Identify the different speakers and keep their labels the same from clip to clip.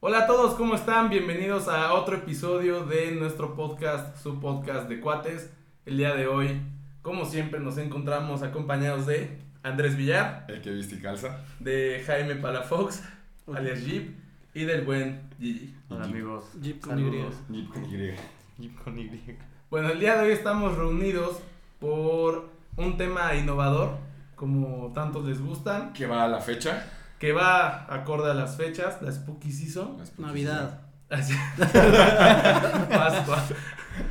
Speaker 1: Hola a todos, ¿cómo están? Bienvenidos a otro episodio de nuestro podcast, su podcast de cuates. El día de hoy, como siempre, nos encontramos acompañados de Andrés Villar,
Speaker 2: El que viste y calza.
Speaker 1: de Jaime Palafox, alias Jeep, y del buen Gigi.
Speaker 3: Hola amigos.
Speaker 4: Jeep con
Speaker 3: Saludos.
Speaker 2: Jeep con Y.
Speaker 3: Jeep con Y.
Speaker 1: Bueno, el día de hoy estamos reunidos por un tema innovador, como tantos les gustan,
Speaker 2: Que va a la fecha.
Speaker 1: que va acorde a las fechas, la Spooky Season.
Speaker 2: Las putas.
Speaker 4: Navidad.
Speaker 1: Así. Pascua.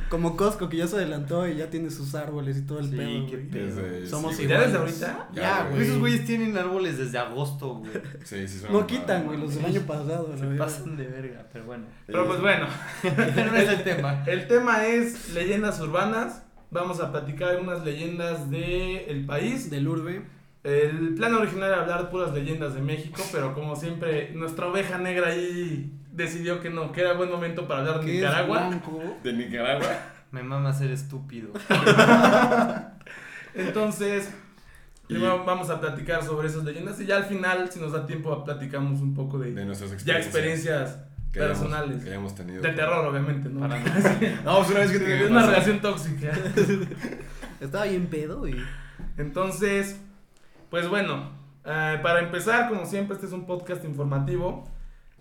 Speaker 4: Como Costco que ya se adelantó y ya tiene sus árboles y todo el
Speaker 3: Sí,
Speaker 4: pedo,
Speaker 3: qué
Speaker 4: güey.
Speaker 2: Desde-
Speaker 4: Somos
Speaker 2: sí,
Speaker 1: ¿Ya
Speaker 4: iguales.
Speaker 1: desde ahorita?
Speaker 3: Ya,
Speaker 2: Ya,
Speaker 3: güey.
Speaker 2: güey.
Speaker 3: Esos güeyes tienen árboles desde agosto, güey.
Speaker 2: Sí, sí, son
Speaker 4: No quitan, güey, los del año pasado. la
Speaker 3: Se
Speaker 4: verdad.
Speaker 3: pasan de verga, pero bueno.
Speaker 1: Pero pues bueno,
Speaker 3: no es el tema.
Speaker 1: el tema es leyendas urbanas. Vamos a platicar algunas leyendas del el país.
Speaker 4: Del urbe.
Speaker 1: El plan original era hablar puras leyendas de México, pero como siempre, nuestra oveja negra ahí decidió que no, que era buen momento para hablar de
Speaker 4: Que es
Speaker 1: Nicaragua.
Speaker 4: blanco.
Speaker 2: De Nicaragua.
Speaker 3: Me mama ser estúpido.
Speaker 1: Entonces,
Speaker 2: Y-
Speaker 1: primero vamos a platicar sobre esas leyendas y ya al final, si nos da tiempo, platicamos un poco de,
Speaker 2: De nuestras experiencias.
Speaker 1: ya experiencias
Speaker 2: que hayamos-
Speaker 1: personales.
Speaker 2: Que hayamos tenido.
Speaker 1: de terror, obviamente, ¿no?
Speaker 3: Para mí.
Speaker 2: No, pues una vez que te
Speaker 1: Es una relación tóxica.
Speaker 4: Estaba bien pedo y.
Speaker 1: Entonces, pues bueno, eh, para empezar, como siempre, este es un podcast informativo.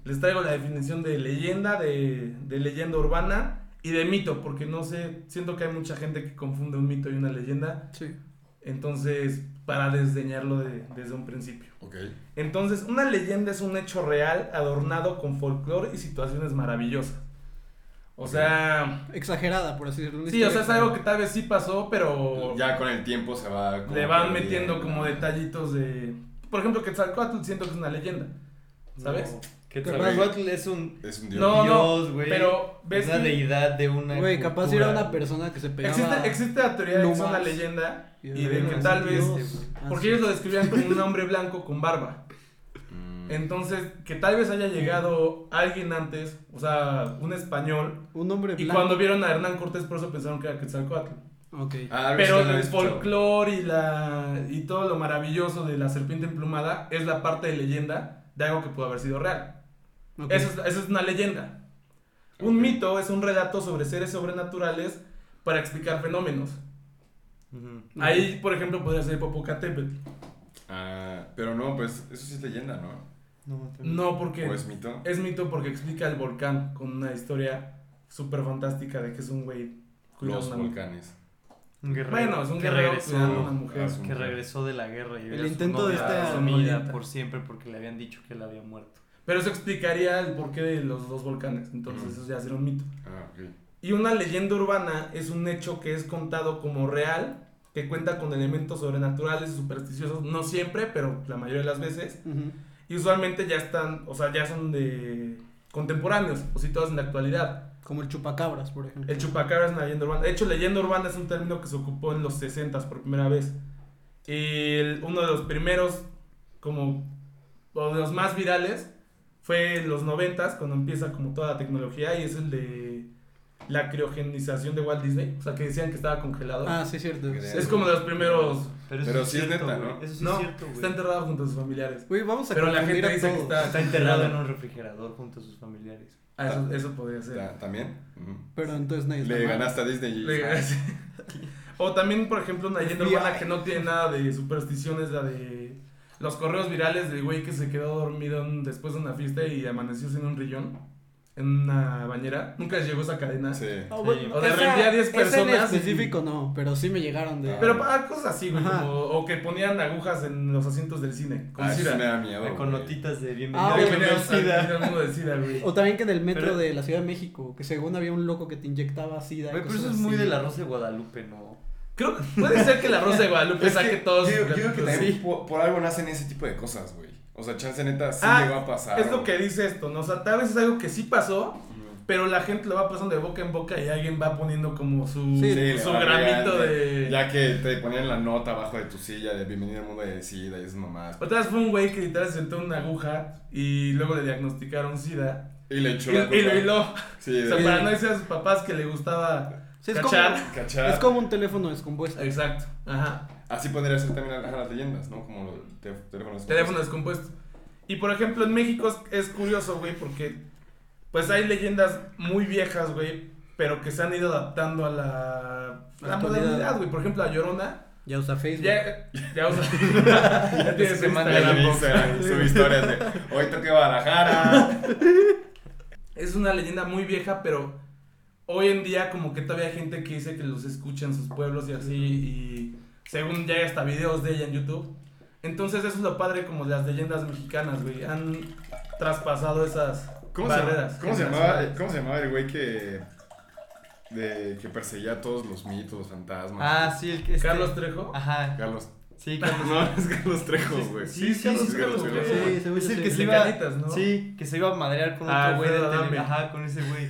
Speaker 1: Les traigo la definición de leyenda, de, de leyenda urbana y de mito, porque no sé, siento que hay mucha gente que confunde un mito y una leyenda.
Speaker 4: Sí.
Speaker 1: Entonces, para desdeñarlo de- desde un principio.
Speaker 2: Ok.
Speaker 1: Entonces, una leyenda es un hecho real adornado con folclore y situaciones maravillosas. O sea,
Speaker 4: Exagerada, por así decirlo. una
Speaker 1: sí, o sea,
Speaker 4: historia
Speaker 1: es algo que tal vez sí pasó, pero...
Speaker 2: Ya con el tiempo se va. como
Speaker 1: Le van
Speaker 2: perdiendo.
Speaker 1: metiendo como detallitos de. Por ejemplo, Quetzalcoatl siento que es una leyenda. ¿Sabes?
Speaker 3: ¿Qué
Speaker 4: Pero
Speaker 3: tal?
Speaker 4: Quetzalcóatl
Speaker 3: es un
Speaker 2: Es un dios.
Speaker 1: No,
Speaker 3: dios,
Speaker 1: no,
Speaker 3: güey.
Speaker 1: pero ves
Speaker 3: es
Speaker 1: que-
Speaker 3: una deidad de una.
Speaker 4: Güey, capaz
Speaker 3: cultura.
Speaker 4: era una persona que se pegaba.
Speaker 1: Existe, existe la teoría de que es
Speaker 4: No
Speaker 1: una
Speaker 4: más.
Speaker 1: leyenda
Speaker 4: Y
Speaker 1: y de
Speaker 4: era
Speaker 1: que
Speaker 4: un
Speaker 1: tal vez.
Speaker 4: dios, güey.
Speaker 1: Porque ellos lo describían como un hombre blanco con barba.
Speaker 2: Mm.
Speaker 1: Entonces, que tal vez haya llegado alguien antes, o sea, un español.
Speaker 4: Un hombre
Speaker 1: Y
Speaker 4: blanco.
Speaker 1: cuando vieron a Hernán Cortés, por eso pensaron que era Quetzalcoatl.
Speaker 4: Ok.
Speaker 2: Ah,
Speaker 1: Pero
Speaker 2: algo así lo
Speaker 1: el
Speaker 2: había escuchado.
Speaker 1: folclore y, la, y todo lo maravilloso de la serpiente emplumada es la parte de leyenda de algo que pudo haber sido real.
Speaker 4: ok.
Speaker 1: Eso es, eso es una leyenda. Un
Speaker 2: Ok.
Speaker 1: mito es un relato sobre seres sobrenaturales para explicar fenómenos.
Speaker 3: Ujú.
Speaker 4: Ujú.
Speaker 1: Ahí, por ejemplo, podría ser Popocatépetl.
Speaker 2: Ah, pero no, pues eso sí es leyenda, ¿no?
Speaker 3: No,
Speaker 1: No, porque
Speaker 2: ¿O
Speaker 1: es...
Speaker 2: es mito?
Speaker 1: mito porque explica el volcán con una historia súper fantástica de que es un güey cuidando
Speaker 2: Los
Speaker 1: una-
Speaker 2: volcanes.
Speaker 3: Un guerrero.
Speaker 1: Bueno, es un
Speaker 3: que
Speaker 1: guerrero cuidando a
Speaker 3: regresó.
Speaker 1: una mujer.
Speaker 2: Ah,
Speaker 3: Que regresó de la guerra y
Speaker 4: El
Speaker 3: vio a su
Speaker 4: intento de
Speaker 3: novia
Speaker 1: esta
Speaker 3: sumida
Speaker 1: novieta.
Speaker 3: por siempre porque le habían dicho que él había muerto.
Speaker 1: Pero eso explicaría el porqué de los dos volcanes. Entonces,
Speaker 2: Ujú.
Speaker 1: eso ya será un mito.
Speaker 2: Ah, ok.
Speaker 1: Y una leyenda urbana es un hecho que es contado como real, que cuenta con elementos sobrenaturales y supersticiosos, no siempre, pero la mayoría de las veces.
Speaker 4: Ujú.
Speaker 1: Y usualmente ya están, o sea, ya son de contemporáneos o situados en la actualidad.
Speaker 4: Como el chupacabras, por ejemplo.
Speaker 1: El chupacabra es una leyenda urbana. De hecho, leyenda urbana es un término que se ocupó en los 60 por primera vez. Y el- uno de los primeros, como, o de los más virales, fue en los 90 cuando empieza como toda la tecnología, y es el de la criogenización de Walt Disney. O sea, que decían que estaba congelado.
Speaker 4: Ah, sí, cierto.
Speaker 2: Es
Speaker 1: es como de los primeros.
Speaker 3: Pero, eso
Speaker 2: Pero
Speaker 3: sí
Speaker 2: sí es
Speaker 3: cierto,
Speaker 2: neta,
Speaker 3: güey.
Speaker 2: ¿no?
Speaker 3: Eso sí
Speaker 1: No,
Speaker 3: es cierto, güey.
Speaker 1: está enterrado junto a sus familiares.
Speaker 4: Güey, vamos a
Speaker 1: Pero la
Speaker 4: confundir
Speaker 1: gente
Speaker 4: a
Speaker 1: dice que
Speaker 4: todos.
Speaker 1: está,
Speaker 3: Está enterrado en un refrigerador junto a sus familiares.
Speaker 1: Ah, eso, eso podría ser.
Speaker 2: Ta- ¿También? Ujú.
Speaker 4: Pero entonces nadie está
Speaker 2: Le
Speaker 4: mal.
Speaker 2: ganaste a Disney.
Speaker 1: Le- sí. O también, por ejemplo, una leyenda
Speaker 4: FBI.
Speaker 1: urbana que no tiene nada de superstición es la de los correos virales del güey que se quedó dormido en- después de una fiesta y amaneció sin un rillón en una bañera. Nunca les llegó esa cadena.
Speaker 2: Sí.
Speaker 4: Ah, bueno,
Speaker 3: Sí,
Speaker 1: o sea,
Speaker 4: esa-
Speaker 1: reenvié a 10
Speaker 4: esa
Speaker 1: personas y- Ah.
Speaker 4: En específico no, pero sí me llegaron de.
Speaker 1: Pero para cosas así, güey,
Speaker 4: Ajá.
Speaker 1: como- o que ponían agujas en los asientos del cine. Con
Speaker 2: Ah, eso sí
Speaker 1: Cira.
Speaker 2: me da miedo.
Speaker 3: con
Speaker 2: güey.
Speaker 3: notitas de bienvenido
Speaker 4: Ah,
Speaker 3: a
Speaker 1: Ay,
Speaker 4: güey,
Speaker 3: la
Speaker 1: mira,
Speaker 3: universidad.
Speaker 1: mira, el mundo de Cira, güey.
Speaker 4: O también que en el metro
Speaker 3: Pero-
Speaker 4: de la Ciudad de México, que según había un loco que te inyectaba sida.
Speaker 3: Güey, pero
Speaker 4: cosas
Speaker 3: eso es muy
Speaker 4: así.
Speaker 3: de la Rosa de Guadalupe, ¿no?
Speaker 1: Creo que puede ser que la Rosa de Guadalupe
Speaker 2: Es que
Speaker 1: saque todos
Speaker 2: yo,
Speaker 1: sus
Speaker 2: yo creo que
Speaker 1: gatitos.
Speaker 2: también
Speaker 1: Sí.
Speaker 2: por, por algo nacen ese tipo de cosas, güey. O sea, chance neta sí
Speaker 1: Ah,
Speaker 2: llegó a pasar.
Speaker 1: Es lo que dice esto, ¿no? O sea, tal vez es algo que sí pasó,
Speaker 2: Ujú.
Speaker 1: pero la gente lo va pasando de boca en boca y alguien va poniendo como su,
Speaker 4: Sí,
Speaker 2: le
Speaker 1: su
Speaker 2: va
Speaker 1: gramito
Speaker 2: regando.
Speaker 1: de...
Speaker 2: Ya que te ponían la nota abajo de tu silla de bienvenido al mundo de SIDA y esas mamás.
Speaker 1: Otra vez fue un güey que literal se sentó en una aguja y luego le diagnosticaron SIDA.
Speaker 2: Y le
Speaker 1: Y,
Speaker 2: echó la
Speaker 1: y lo
Speaker 2: culpa.
Speaker 1: hiló.
Speaker 2: Sí,
Speaker 1: O
Speaker 2: de-
Speaker 1: sea, para no decir a sus papás que le gustaba
Speaker 4: Sí, es,
Speaker 1: cachar.
Speaker 4: como,
Speaker 2: cachar.
Speaker 4: es como un teléfono descompuesto.
Speaker 1: Exacto. Ajá.
Speaker 2: Así podría ser también a, las leyendas, ¿no? Como los te- teléfonos.
Speaker 1: Teléfono descompuesto. Y por ejemplo, en México es, es curioso, güey, porque Pues hay leyendas muy viejas, güey, pero que se han ido adaptando a la, a la
Speaker 4: Actualidad.
Speaker 1: modernidad, güey. Por ejemplo, la Llorona.
Speaker 4: Ya usa Facebook.
Speaker 1: Ya, ya, o sea, ya tienes
Speaker 3: Se manda
Speaker 1: Instagram,
Speaker 2: Instagram,
Speaker 1: güey.
Speaker 2: Instagram, sube historias de hoy toqué Guadalajara.
Speaker 1: Es una leyenda muy vieja, pero hoy en día como que todavía hay gente que dice que los escucha en sus pueblos y así, y según ya hay hasta videos de ella en YouTube. Entonces eso es lo padre como de las leyendas mexicanas, güey. Han traspasado esas
Speaker 2: ¿Cómo
Speaker 1: barreras.
Speaker 2: se, ¿cómo, se llamaba,
Speaker 1: generacionales.
Speaker 2: ¿Cómo se llamaba el güey que, de, que perseguía todos los mitos, los fantasmas?
Speaker 3: Ah, sí, el que. este-
Speaker 1: Carlos Trejo.
Speaker 3: Ajá.
Speaker 2: Carlos.
Speaker 3: Sí, Carlos.
Speaker 2: No, es Carlos Trejo, güey.
Speaker 3: Sí, sí,
Speaker 1: Carlos
Speaker 3: sí,
Speaker 1: Trejo,
Speaker 2: Carlos
Speaker 1: güey.
Speaker 2: Trejo.
Speaker 4: Sí, según
Speaker 3: es
Speaker 4: yo
Speaker 3: el
Speaker 4: sí.
Speaker 3: que se
Speaker 1: De
Speaker 3: iba,
Speaker 1: Canitas, ¿no?
Speaker 3: Sí, que se iba a madrear con
Speaker 1: Ah,
Speaker 3: otro güey de
Speaker 1: Alfredo
Speaker 3: tele.
Speaker 1: Adame.
Speaker 3: Ajá, con ese güey.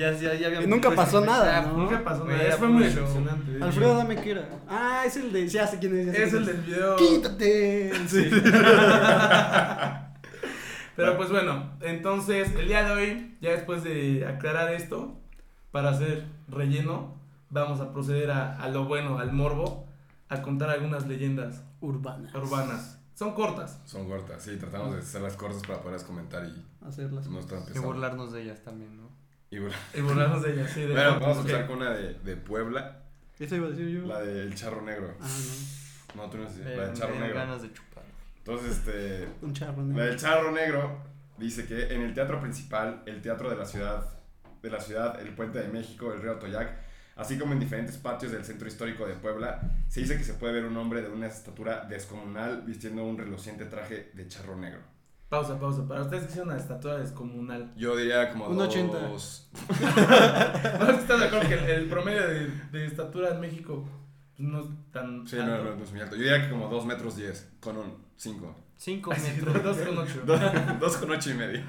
Speaker 3: ya, ya, ya había
Speaker 4: Y nunca pasó nada,
Speaker 3: Ah,
Speaker 4: ¿no?
Speaker 1: Nunca pasó
Speaker 3: Güey,
Speaker 1: nada.
Speaker 3: era
Speaker 1: Eso fue muy
Speaker 3: puro show.
Speaker 1: decepcionante.
Speaker 4: Alfredo, dame que era. Ah, es el de. Ya sé quién es. ya sé
Speaker 1: Es
Speaker 4: quién
Speaker 1: el del video.
Speaker 4: ¡Quítate! Sí.
Speaker 1: Pero pues bueno, entonces el día de hoy, ya después de aclarar esto, para hacer relleno, vamos a proceder a, a lo bueno, al morbo, a contar algunas leyendas
Speaker 4: Urbana.
Speaker 1: urbanas. Son cortas.
Speaker 2: Son cortas, sí, tratamos de hacer las cortas para poderlas comentar y
Speaker 4: Hacerlas.
Speaker 2: no están
Speaker 3: Y
Speaker 2: empezando.
Speaker 3: burlarnos de ellas también, ¿no?
Speaker 2: Y burla-
Speaker 1: Y burlarnos de ellas, sí. De
Speaker 2: Bueno, vamos
Speaker 1: Ok.
Speaker 2: a empezar con una de, de Puebla,
Speaker 4: Eso iba a decir yo.
Speaker 2: la del charro negro.
Speaker 4: Ah,
Speaker 2: No, tú no sé,
Speaker 3: Me-
Speaker 2: la del
Speaker 3: Eh, me
Speaker 2: charro
Speaker 3: dieron
Speaker 2: negro.
Speaker 3: ganas de chupar.
Speaker 2: Entonces, este,
Speaker 4: no. Un charro, ¿no?
Speaker 2: La del charro negro dice que en el teatro principal, el teatro de la ciudad, de la ciudad, el puente de México, el río Toyac, así como en diferentes patios del centro histórico de Puebla, se dice que se puede ver un hombre de una estatura descomunal vistiendo un reluciente traje de charro negro.
Speaker 1: Pausa, pausa. Para ustedes que es una estatua descomunal.
Speaker 2: Yo diría como
Speaker 4: Un
Speaker 2: dos-
Speaker 4: 80.
Speaker 1: ¿No estás de acuerdo que el, el promedio de, de estatura en México pues, no es tan
Speaker 2: Sí, no,
Speaker 1: alto?
Speaker 2: no, no es muy alto. Yo diría que como 2 metros 10 con un 5.
Speaker 3: Cinco
Speaker 1: Así,
Speaker 3: metros.
Speaker 1: dos con ocho.
Speaker 2: 2 con 8 y medio.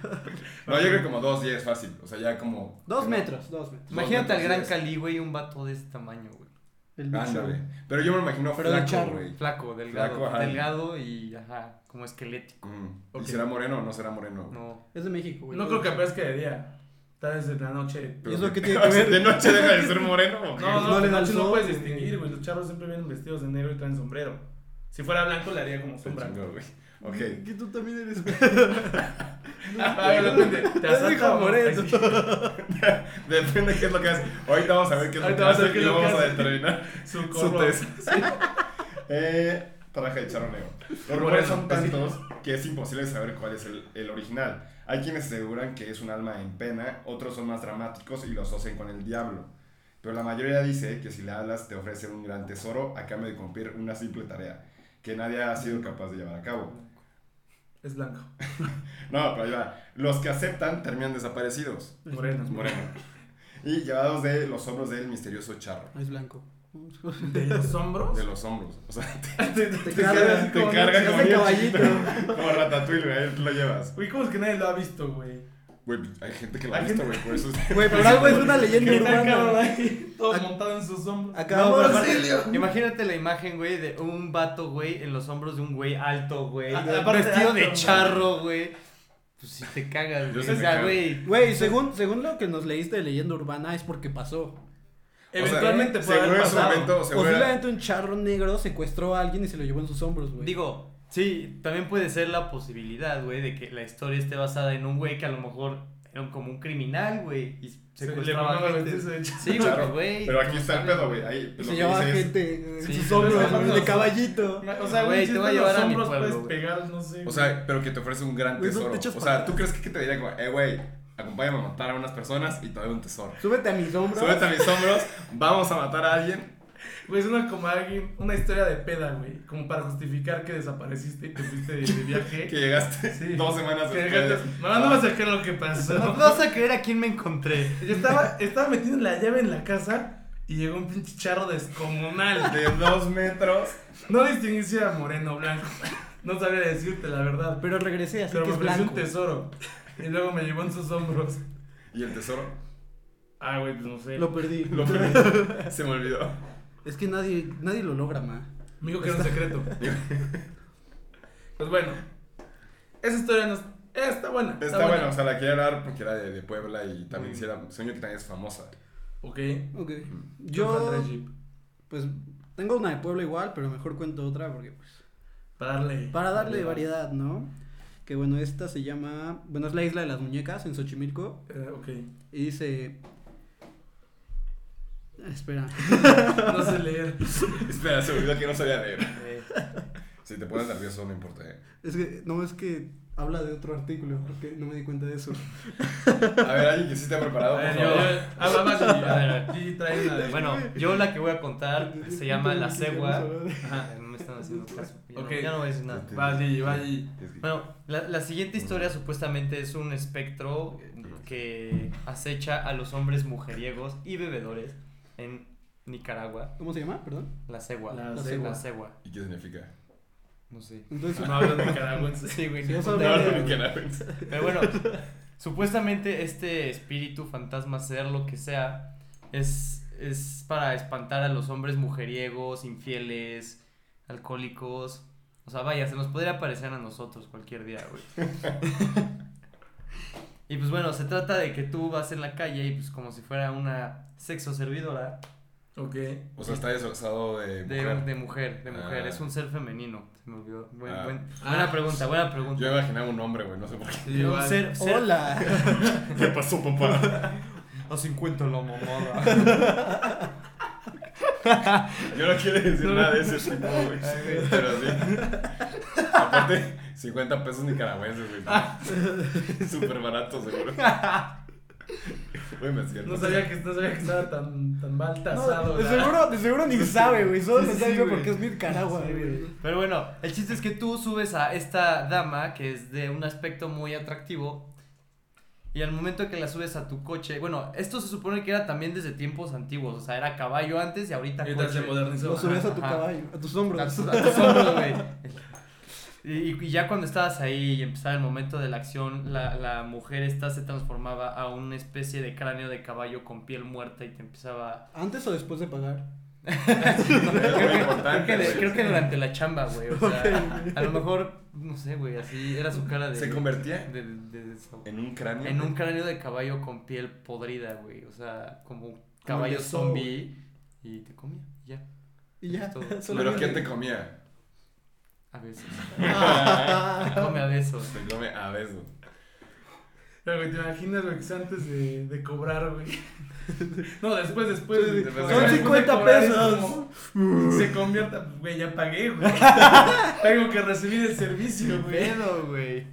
Speaker 2: No, yo creo que como 2, 10 fácil. O sea, ya como...
Speaker 4: Dos
Speaker 2: que no-
Speaker 4: metros, dos metros.
Speaker 3: Imagínate al
Speaker 2: metros,
Speaker 3: gran
Speaker 2: sí,
Speaker 3: Cali, güey, un vato de este tamaño, güey.
Speaker 4: El Big
Speaker 2: Ándale.
Speaker 4: Show.
Speaker 2: Pero yo me lo imagino
Speaker 4: Pero de
Speaker 2: flaco,
Speaker 4: charro.
Speaker 2: güey.
Speaker 3: Flaco, delgado.
Speaker 2: Flaco, ajá.
Speaker 3: Delgado y, ajá, como esquelético.
Speaker 2: Mm.
Speaker 1: Ok.
Speaker 2: ¿Y será moreno o no será moreno?
Speaker 3: No.
Speaker 4: Es de México, güey.
Speaker 1: No creo que aparezca de día. Tal vez en la noche
Speaker 4: ¿Y eso qué
Speaker 2: que
Speaker 4: tiene que ver?
Speaker 2: De noche deja de ser moreno. ¿o qué?
Speaker 1: No, no,
Speaker 4: No le
Speaker 1: no,
Speaker 4: da el
Speaker 1: no
Speaker 4: sol,
Speaker 1: puedes
Speaker 4: güey.
Speaker 1: distinguir, güey. Los charros siempre vienen vestidos de negro y traen sombrero. Si fuera blanco, le haría como
Speaker 2: Se
Speaker 1: sombra.
Speaker 2: chingó, güey. Ok.
Speaker 4: Que tú también eres.
Speaker 1: Ah, bueno, depende, Te
Speaker 4: Ya dijo
Speaker 1: asalta o no?
Speaker 4: Moreno.
Speaker 1: Ay, sí.
Speaker 2: Depende de qué es lo que hace. Ahorita vamos a ver qué es lo
Speaker 1: Ahorita
Speaker 2: que
Speaker 1: vamos a ver
Speaker 2: hace
Speaker 1: qué
Speaker 2: y
Speaker 1: es lo que
Speaker 2: vamos a
Speaker 1: hace.
Speaker 2: determinar
Speaker 1: Su
Speaker 2: su
Speaker 1: corro.
Speaker 2: tesis. Eh, traje de charroneo. Los rumores son tantos que es imposible saber cuál es el, el original. Hay quienes aseguran que es un alma en pena, otros son más dramáticos y lo asocian con el diablo. Pero la mayoría dice que si le hablas te ofrece un gran tesoro a cambio de cumplir una simple tarea que nadie ha sido capaz de llevar a cabo.
Speaker 1: Es blanco.
Speaker 2: No, pero ahí va. Los que aceptan terminan desaparecidos.
Speaker 1: Moreno.
Speaker 2: Moreno. Y llevados de los hombros del misterioso charro.
Speaker 4: Es blanco.
Speaker 1: De los hombros.
Speaker 2: De los hombros. O sea, te,
Speaker 1: Te,
Speaker 4: Te
Speaker 2: carga,
Speaker 4: carga,
Speaker 2: te
Speaker 1: como-
Speaker 2: carga
Speaker 4: te
Speaker 2: como,
Speaker 4: hace
Speaker 2: niño
Speaker 4: caballito.
Speaker 2: chiquito. como ratatouille, güey. ahí Lo llevas.
Speaker 1: Güey, ¿cómo es que nadie lo ha visto, güey?
Speaker 2: Güey, hay gente que lo ha
Speaker 1: Hay
Speaker 2: visto, güey. Por eso.
Speaker 4: Güey, por algo es una leyenda
Speaker 1: Que está cabrón
Speaker 4: urbana.
Speaker 1: ahí, todo montado en sus hombros.
Speaker 4: Acabamos
Speaker 3: No,
Speaker 4: de
Speaker 3: pero
Speaker 4: hablar-
Speaker 3: aparte, Imagínate la imagen, güey, de un vato, güey, en los hombros de un güey alto, güey.
Speaker 1: Ah, aparte
Speaker 3: Vestido
Speaker 1: alto,
Speaker 3: de
Speaker 1: güey.
Speaker 3: charro, güey. Pues si te cagas, güey.
Speaker 2: sí
Speaker 3: O
Speaker 2: me
Speaker 3: sea,
Speaker 2: cago.
Speaker 3: güey.
Speaker 4: Güey, según, según lo que nos leíste de leyenda urbana es porque pasó.
Speaker 1: Eventualmente puede
Speaker 2: seguro
Speaker 1: haber
Speaker 2: en su
Speaker 1: pasado. Pues
Speaker 2: momento, seguro era-
Speaker 4: Posiblemente un charro negro secuestró a alguien y se lo llevó en sus hombros, güey.
Speaker 3: Digo, sí, también puede ser la posibilidad, güey, de que la historia esté basada en un güey que a lo mejor era un- como un criminal, güey. Y
Speaker 1: Se le
Speaker 3: secuestraba
Speaker 1: mamaba
Speaker 3: gente.
Speaker 1: vestirse de charro.
Speaker 3: Sí, güey,
Speaker 2: Charro.
Speaker 3: pero, güey.
Speaker 2: Pero aquí está el
Speaker 3: ¿sabes?
Speaker 2: pedo, güey.
Speaker 1: Pues
Speaker 2: Ahí
Speaker 4: y
Speaker 2: lo
Speaker 4: se
Speaker 2: que
Speaker 4: llevaba
Speaker 2: dice es-
Speaker 4: gente en
Speaker 3: Sí,
Speaker 4: sus
Speaker 3: sí,
Speaker 4: hombros,
Speaker 1: sí,
Speaker 4: güey,
Speaker 1: sí.
Speaker 4: de caballito.
Speaker 1: O sea,
Speaker 3: Güey,
Speaker 1: güey,
Speaker 3: te
Speaker 1: si
Speaker 3: voy a
Speaker 1: están
Speaker 3: llevar
Speaker 1: los
Speaker 3: a mi
Speaker 1: hombros
Speaker 3: pueblo,
Speaker 1: puedes
Speaker 3: güey.
Speaker 1: pegar, no sé.
Speaker 2: O
Speaker 1: güey.
Speaker 2: sea, pero que te ofrece un gran
Speaker 4: Güey, no te
Speaker 2: tesoro.
Speaker 4: echas
Speaker 2: o sea,
Speaker 4: para
Speaker 2: ¿tú crees que, que te diría como, eh, güey, acompáñame a matar a unas personas y te doy un tesoro?
Speaker 4: Súbete a mis hombros.
Speaker 2: Súbete a mis hombros, vamos a matar a alguien.
Speaker 1: Güey, es una como alguien, una historia de peda, güey. Como para justificar que desapareciste y te fuiste de, de viaje.
Speaker 2: Que llegaste
Speaker 1: Sí.
Speaker 2: dos semanas
Speaker 1: Que
Speaker 2: después.
Speaker 1: dejaste- No, no vas a creer lo que pasó.
Speaker 3: No vas a creer a quién me encontré.
Speaker 1: Yo estaba, estaba metiendo la llave en la casa y llegó un pinche charro descomunal.
Speaker 2: De dos metros.
Speaker 1: No distinguí si era moreno o blanco. No sabía decirte la verdad.
Speaker 4: Pero regresé, así
Speaker 1: Pero
Speaker 4: que
Speaker 1: me
Speaker 4: es
Speaker 1: ofreció un
Speaker 4: blanco.
Speaker 1: tesoro. Y luego me llevó en sus hombros.
Speaker 2: ¿Y el tesoro?
Speaker 1: Ah, güey, pues no sé.
Speaker 4: Lo perdí.
Speaker 2: Lo perdí. Se me olvidó.
Speaker 4: Es que nadie, nadie lo logra, ma.
Speaker 1: Me dijo que era un secreto. Pues bueno. Esa historia no es- está buena.
Speaker 2: Está,
Speaker 1: buena.
Speaker 2: bueno, o sea, la quería hablar porque era de, de Puebla y también sí era, sueño que también es famosa.
Speaker 1: Ok.
Speaker 4: Ok.
Speaker 1: Vamos a
Speaker 4: Yo,
Speaker 1: traer Jeep
Speaker 4: pues, tengo una de Puebla igual, pero mejor cuento otra porque, pues,
Speaker 1: Para darle.
Speaker 4: para darle variedad, ¿no? Que bueno, esta se llama. Bueno, es la isla de las muñecas en Xochimilco.
Speaker 1: Eh, ok.
Speaker 4: Y dice. Ah, Espera.
Speaker 1: No sé leer.
Speaker 2: Espera, se me olvidó que no sabía leer.
Speaker 3: Eh,
Speaker 2: Si te pones nervioso, no importa. eh.
Speaker 4: Es que, no, es que habla de otro artículo, porque no me di cuenta de eso.
Speaker 2: A ver, alguien que sí está preparado,
Speaker 1: A
Speaker 2: por
Speaker 1: ver, yo,
Speaker 2: favor. Este,
Speaker 1: yo- habla más y- a ver, aquí trae una de.
Speaker 3: bueno, yo la que voy a contar se llama La Cegua. Ajá, no me están haciendo caso. Ya,
Speaker 1: Ok.
Speaker 3: no, ya no voy a decir
Speaker 2: este,
Speaker 3: nada.
Speaker 1: va allí, va allí.
Speaker 3: Bueno, la, la siguiente historia supuestamente es un espectro que acecha a los hombres mujeriegos y bebedores en Nicaragua.
Speaker 4: ¿Cómo se llama? Perdón.
Speaker 3: La Cegua.
Speaker 1: La
Speaker 4: Cegua.
Speaker 3: La Cegua.
Speaker 2: ¿Y qué significa?
Speaker 3: No sé.
Speaker 4: Entonces,
Speaker 1: No hablan nicaragüense.
Speaker 3: Sí, güey.
Speaker 4: Sí,
Speaker 3: ni
Speaker 4: eso
Speaker 3: puta
Speaker 4: no-
Speaker 3: idea.
Speaker 2: No, que nada.
Speaker 3: Pero bueno, supuestamente este espíritu, fantasma, ser, lo que sea, es, es para espantar a los hombres mujeriegos, infieles, alcohólicos. O sea, vaya, se nos podría aparecer a nosotros cualquier día, güey. y pues bueno, se trata de que tú vas en la calle y pues como si fuera una sexo servidora
Speaker 1: Ok.
Speaker 2: O sea, está disfrazado de
Speaker 3: de
Speaker 2: mujer.
Speaker 3: de mujer, de mujer.
Speaker 2: Ah.
Speaker 3: es un ser femenino. Se me olvidó. Buen-
Speaker 2: Ah.
Speaker 3: buen-
Speaker 1: Ah.
Speaker 3: buena pregunta, buena pregunta.
Speaker 2: Yo imaginaba un hombre, güey, no sé por qué.
Speaker 1: Sí,
Speaker 3: un
Speaker 1: igual.
Speaker 3: ser, ser-
Speaker 4: hola.
Speaker 2: ¿Qué pasó, papá?
Speaker 3: A 50 la mamada.
Speaker 2: Yo no quiero decir nada de ese tipo, güey. Pero sí. Aparte, 50 pesos nicaragüenses, güey. Súper barato, seguro. Güey, me siento.
Speaker 1: No sabía que, no sabía que estaba tan, tan mal tasado.
Speaker 4: de,
Speaker 1: la-
Speaker 4: seguro, de seguro ni sabe, güey. Solo
Speaker 1: Sí,
Speaker 4: lo
Speaker 1: sí,
Speaker 4: sabe
Speaker 1: güey.
Speaker 4: porque es Nicaragua,
Speaker 1: Sí,
Speaker 4: güey.
Speaker 1: güey.
Speaker 3: Pero bueno, el chiste es que tú subes a esta dama que es de un aspecto muy atractivo. Y al momento que la subes a tu coche, bueno, esto se supone que era también desde tiempos antiguos, o sea, era caballo antes y ahorita
Speaker 1: Ahorita se
Speaker 3: coche.
Speaker 1: modernizó.
Speaker 4: Lo subes a tu
Speaker 3: Ajá.
Speaker 4: caballo, a tus
Speaker 3: A
Speaker 4: hombros.
Speaker 3: tu- a tus hombros, güey. Y, y ya cuando estabas ahí y empezaba el momento de la acción, la, la mujer esta se transformaba a una especie de cráneo de caballo con piel muerta y te empezaba...
Speaker 4: ¿Antes o después de pagar?
Speaker 3: creo,
Speaker 2: muy
Speaker 3: que, creo,
Speaker 2: importante,
Speaker 3: que,
Speaker 2: güey.
Speaker 3: creo que durante la chamba, güey. O sea, a lo mejor, no sé, güey, así era su cara de.
Speaker 2: Se convertía
Speaker 3: de- de- de eso.
Speaker 2: en un cráneo.
Speaker 3: En un cráneo de caballo con piel podrida, güey. O sea, como un
Speaker 4: el
Speaker 3: caballo
Speaker 4: de Saw,
Speaker 3: zombie. Y te comía, y ya.
Speaker 4: Y ya.
Speaker 3: Todo.
Speaker 2: Pero
Speaker 4: solamente.
Speaker 2: ¿quién te comía?
Speaker 3: A veces. Te
Speaker 4: Ah.
Speaker 3: come a besos.
Speaker 2: Te come a besos.
Speaker 1: Pero, güey, te imaginas, güey, que es antes de, de cobrar, güey. No, después, después.
Speaker 2: Sí,
Speaker 1: güey.
Speaker 2: después de
Speaker 1: Después
Speaker 2: cobrar.
Speaker 1: de
Speaker 4: 50
Speaker 1: cobrar, es
Speaker 4: pesos.
Speaker 1: como, Se convierta. Güey, ya pagué, güey. Tengo que recibir el servicio, güey.
Speaker 3: Pedo, güey.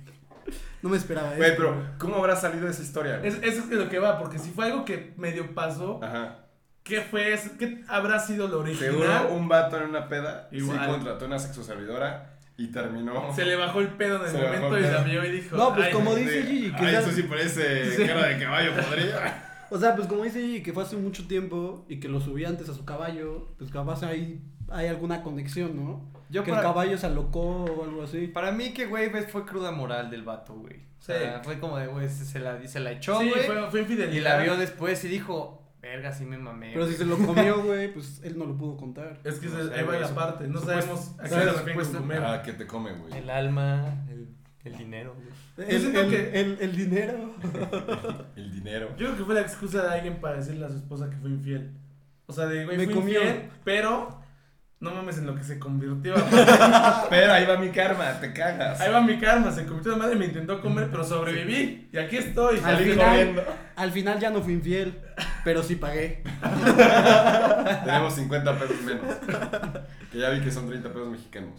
Speaker 4: No me esperaba
Speaker 2: Güey,
Speaker 4: eso.
Speaker 2: pero ¿cómo habrá salido esa historia? güey?
Speaker 1: Es, eso es de lo que va, porque si fue algo que medio pasó,
Speaker 2: Ajá.
Speaker 1: ¿qué fue? eso? ¿Qué habrá sido lo original?
Speaker 2: Seguro un vato en una peda sí
Speaker 1: Igual.
Speaker 2: contrató una sexoservidora y terminó.
Speaker 1: Se le bajó el pedo en
Speaker 2: Se
Speaker 1: el
Speaker 2: le bajó
Speaker 1: momento
Speaker 2: el
Speaker 1: y
Speaker 2: pedo.
Speaker 1: la vio y dijo.
Speaker 4: No, pues,
Speaker 1: "Ay,
Speaker 4: como
Speaker 1: güey".
Speaker 4: dice Gigi, que
Speaker 2: Ah,
Speaker 4: ya-
Speaker 2: eso sí parece
Speaker 1: Sí.
Speaker 2: cara de caballo, podría.
Speaker 4: O sea, pues como dice Gigi, que fue hace mucho tiempo y que lo subí antes a su caballo, pues capaz ahí hay alguna conexión, ¿no?
Speaker 3: Yo
Speaker 4: que
Speaker 3: para,
Speaker 4: el caballo se alocó o algo así.
Speaker 3: para mí que, güey, ves, fue cruda moral del vato, güey. O sea,
Speaker 1: Sí.
Speaker 3: fue como de, güey, se, se la, se la echó,
Speaker 1: Sí,
Speaker 3: güey.
Speaker 1: fue, fue infidelidad.
Speaker 3: y la vio después y dijo, verga, sí me mamé.
Speaker 4: Pero si se lo comió, güey, pues él no lo pudo contar.
Speaker 1: Es que
Speaker 3: No
Speaker 1: se-
Speaker 3: sé,
Speaker 1: ahí va
Speaker 3: güey,
Speaker 1: la
Speaker 3: sup-
Speaker 1: parte. No
Speaker 3: supuesto-
Speaker 1: sabemos a qué se
Speaker 3: ¿sabes?
Speaker 1: refieren con
Speaker 3: Supuesto-
Speaker 1: comer.
Speaker 2: Ah, que te come, güey.
Speaker 3: El alma, el, el dinero, güey.
Speaker 4: El,
Speaker 1: siento
Speaker 4: el,
Speaker 1: que-
Speaker 4: el- el dinero.
Speaker 2: El dinero.
Speaker 1: Yo creo que fue la excusa de alguien para decirle a su esposa que fue infiel. O sea, de güey,
Speaker 4: Me
Speaker 1: fui
Speaker 4: comió.
Speaker 1: infiel, pero no mames en lo que se convirtió.
Speaker 2: Pero ahí va mi karma, te cagas.
Speaker 1: Ahí va mi karma, se convirtió de madre, me intentó comer, pero sobreviví. Y aquí estoy.
Speaker 4: Al
Speaker 1: Salí
Speaker 4: final-
Speaker 1: corriendo.
Speaker 4: Al final ya no fui infiel, pero sí pagué.
Speaker 2: Tenemos 50 pesos menos. Que ya vi que son 30 pesos mexicanos.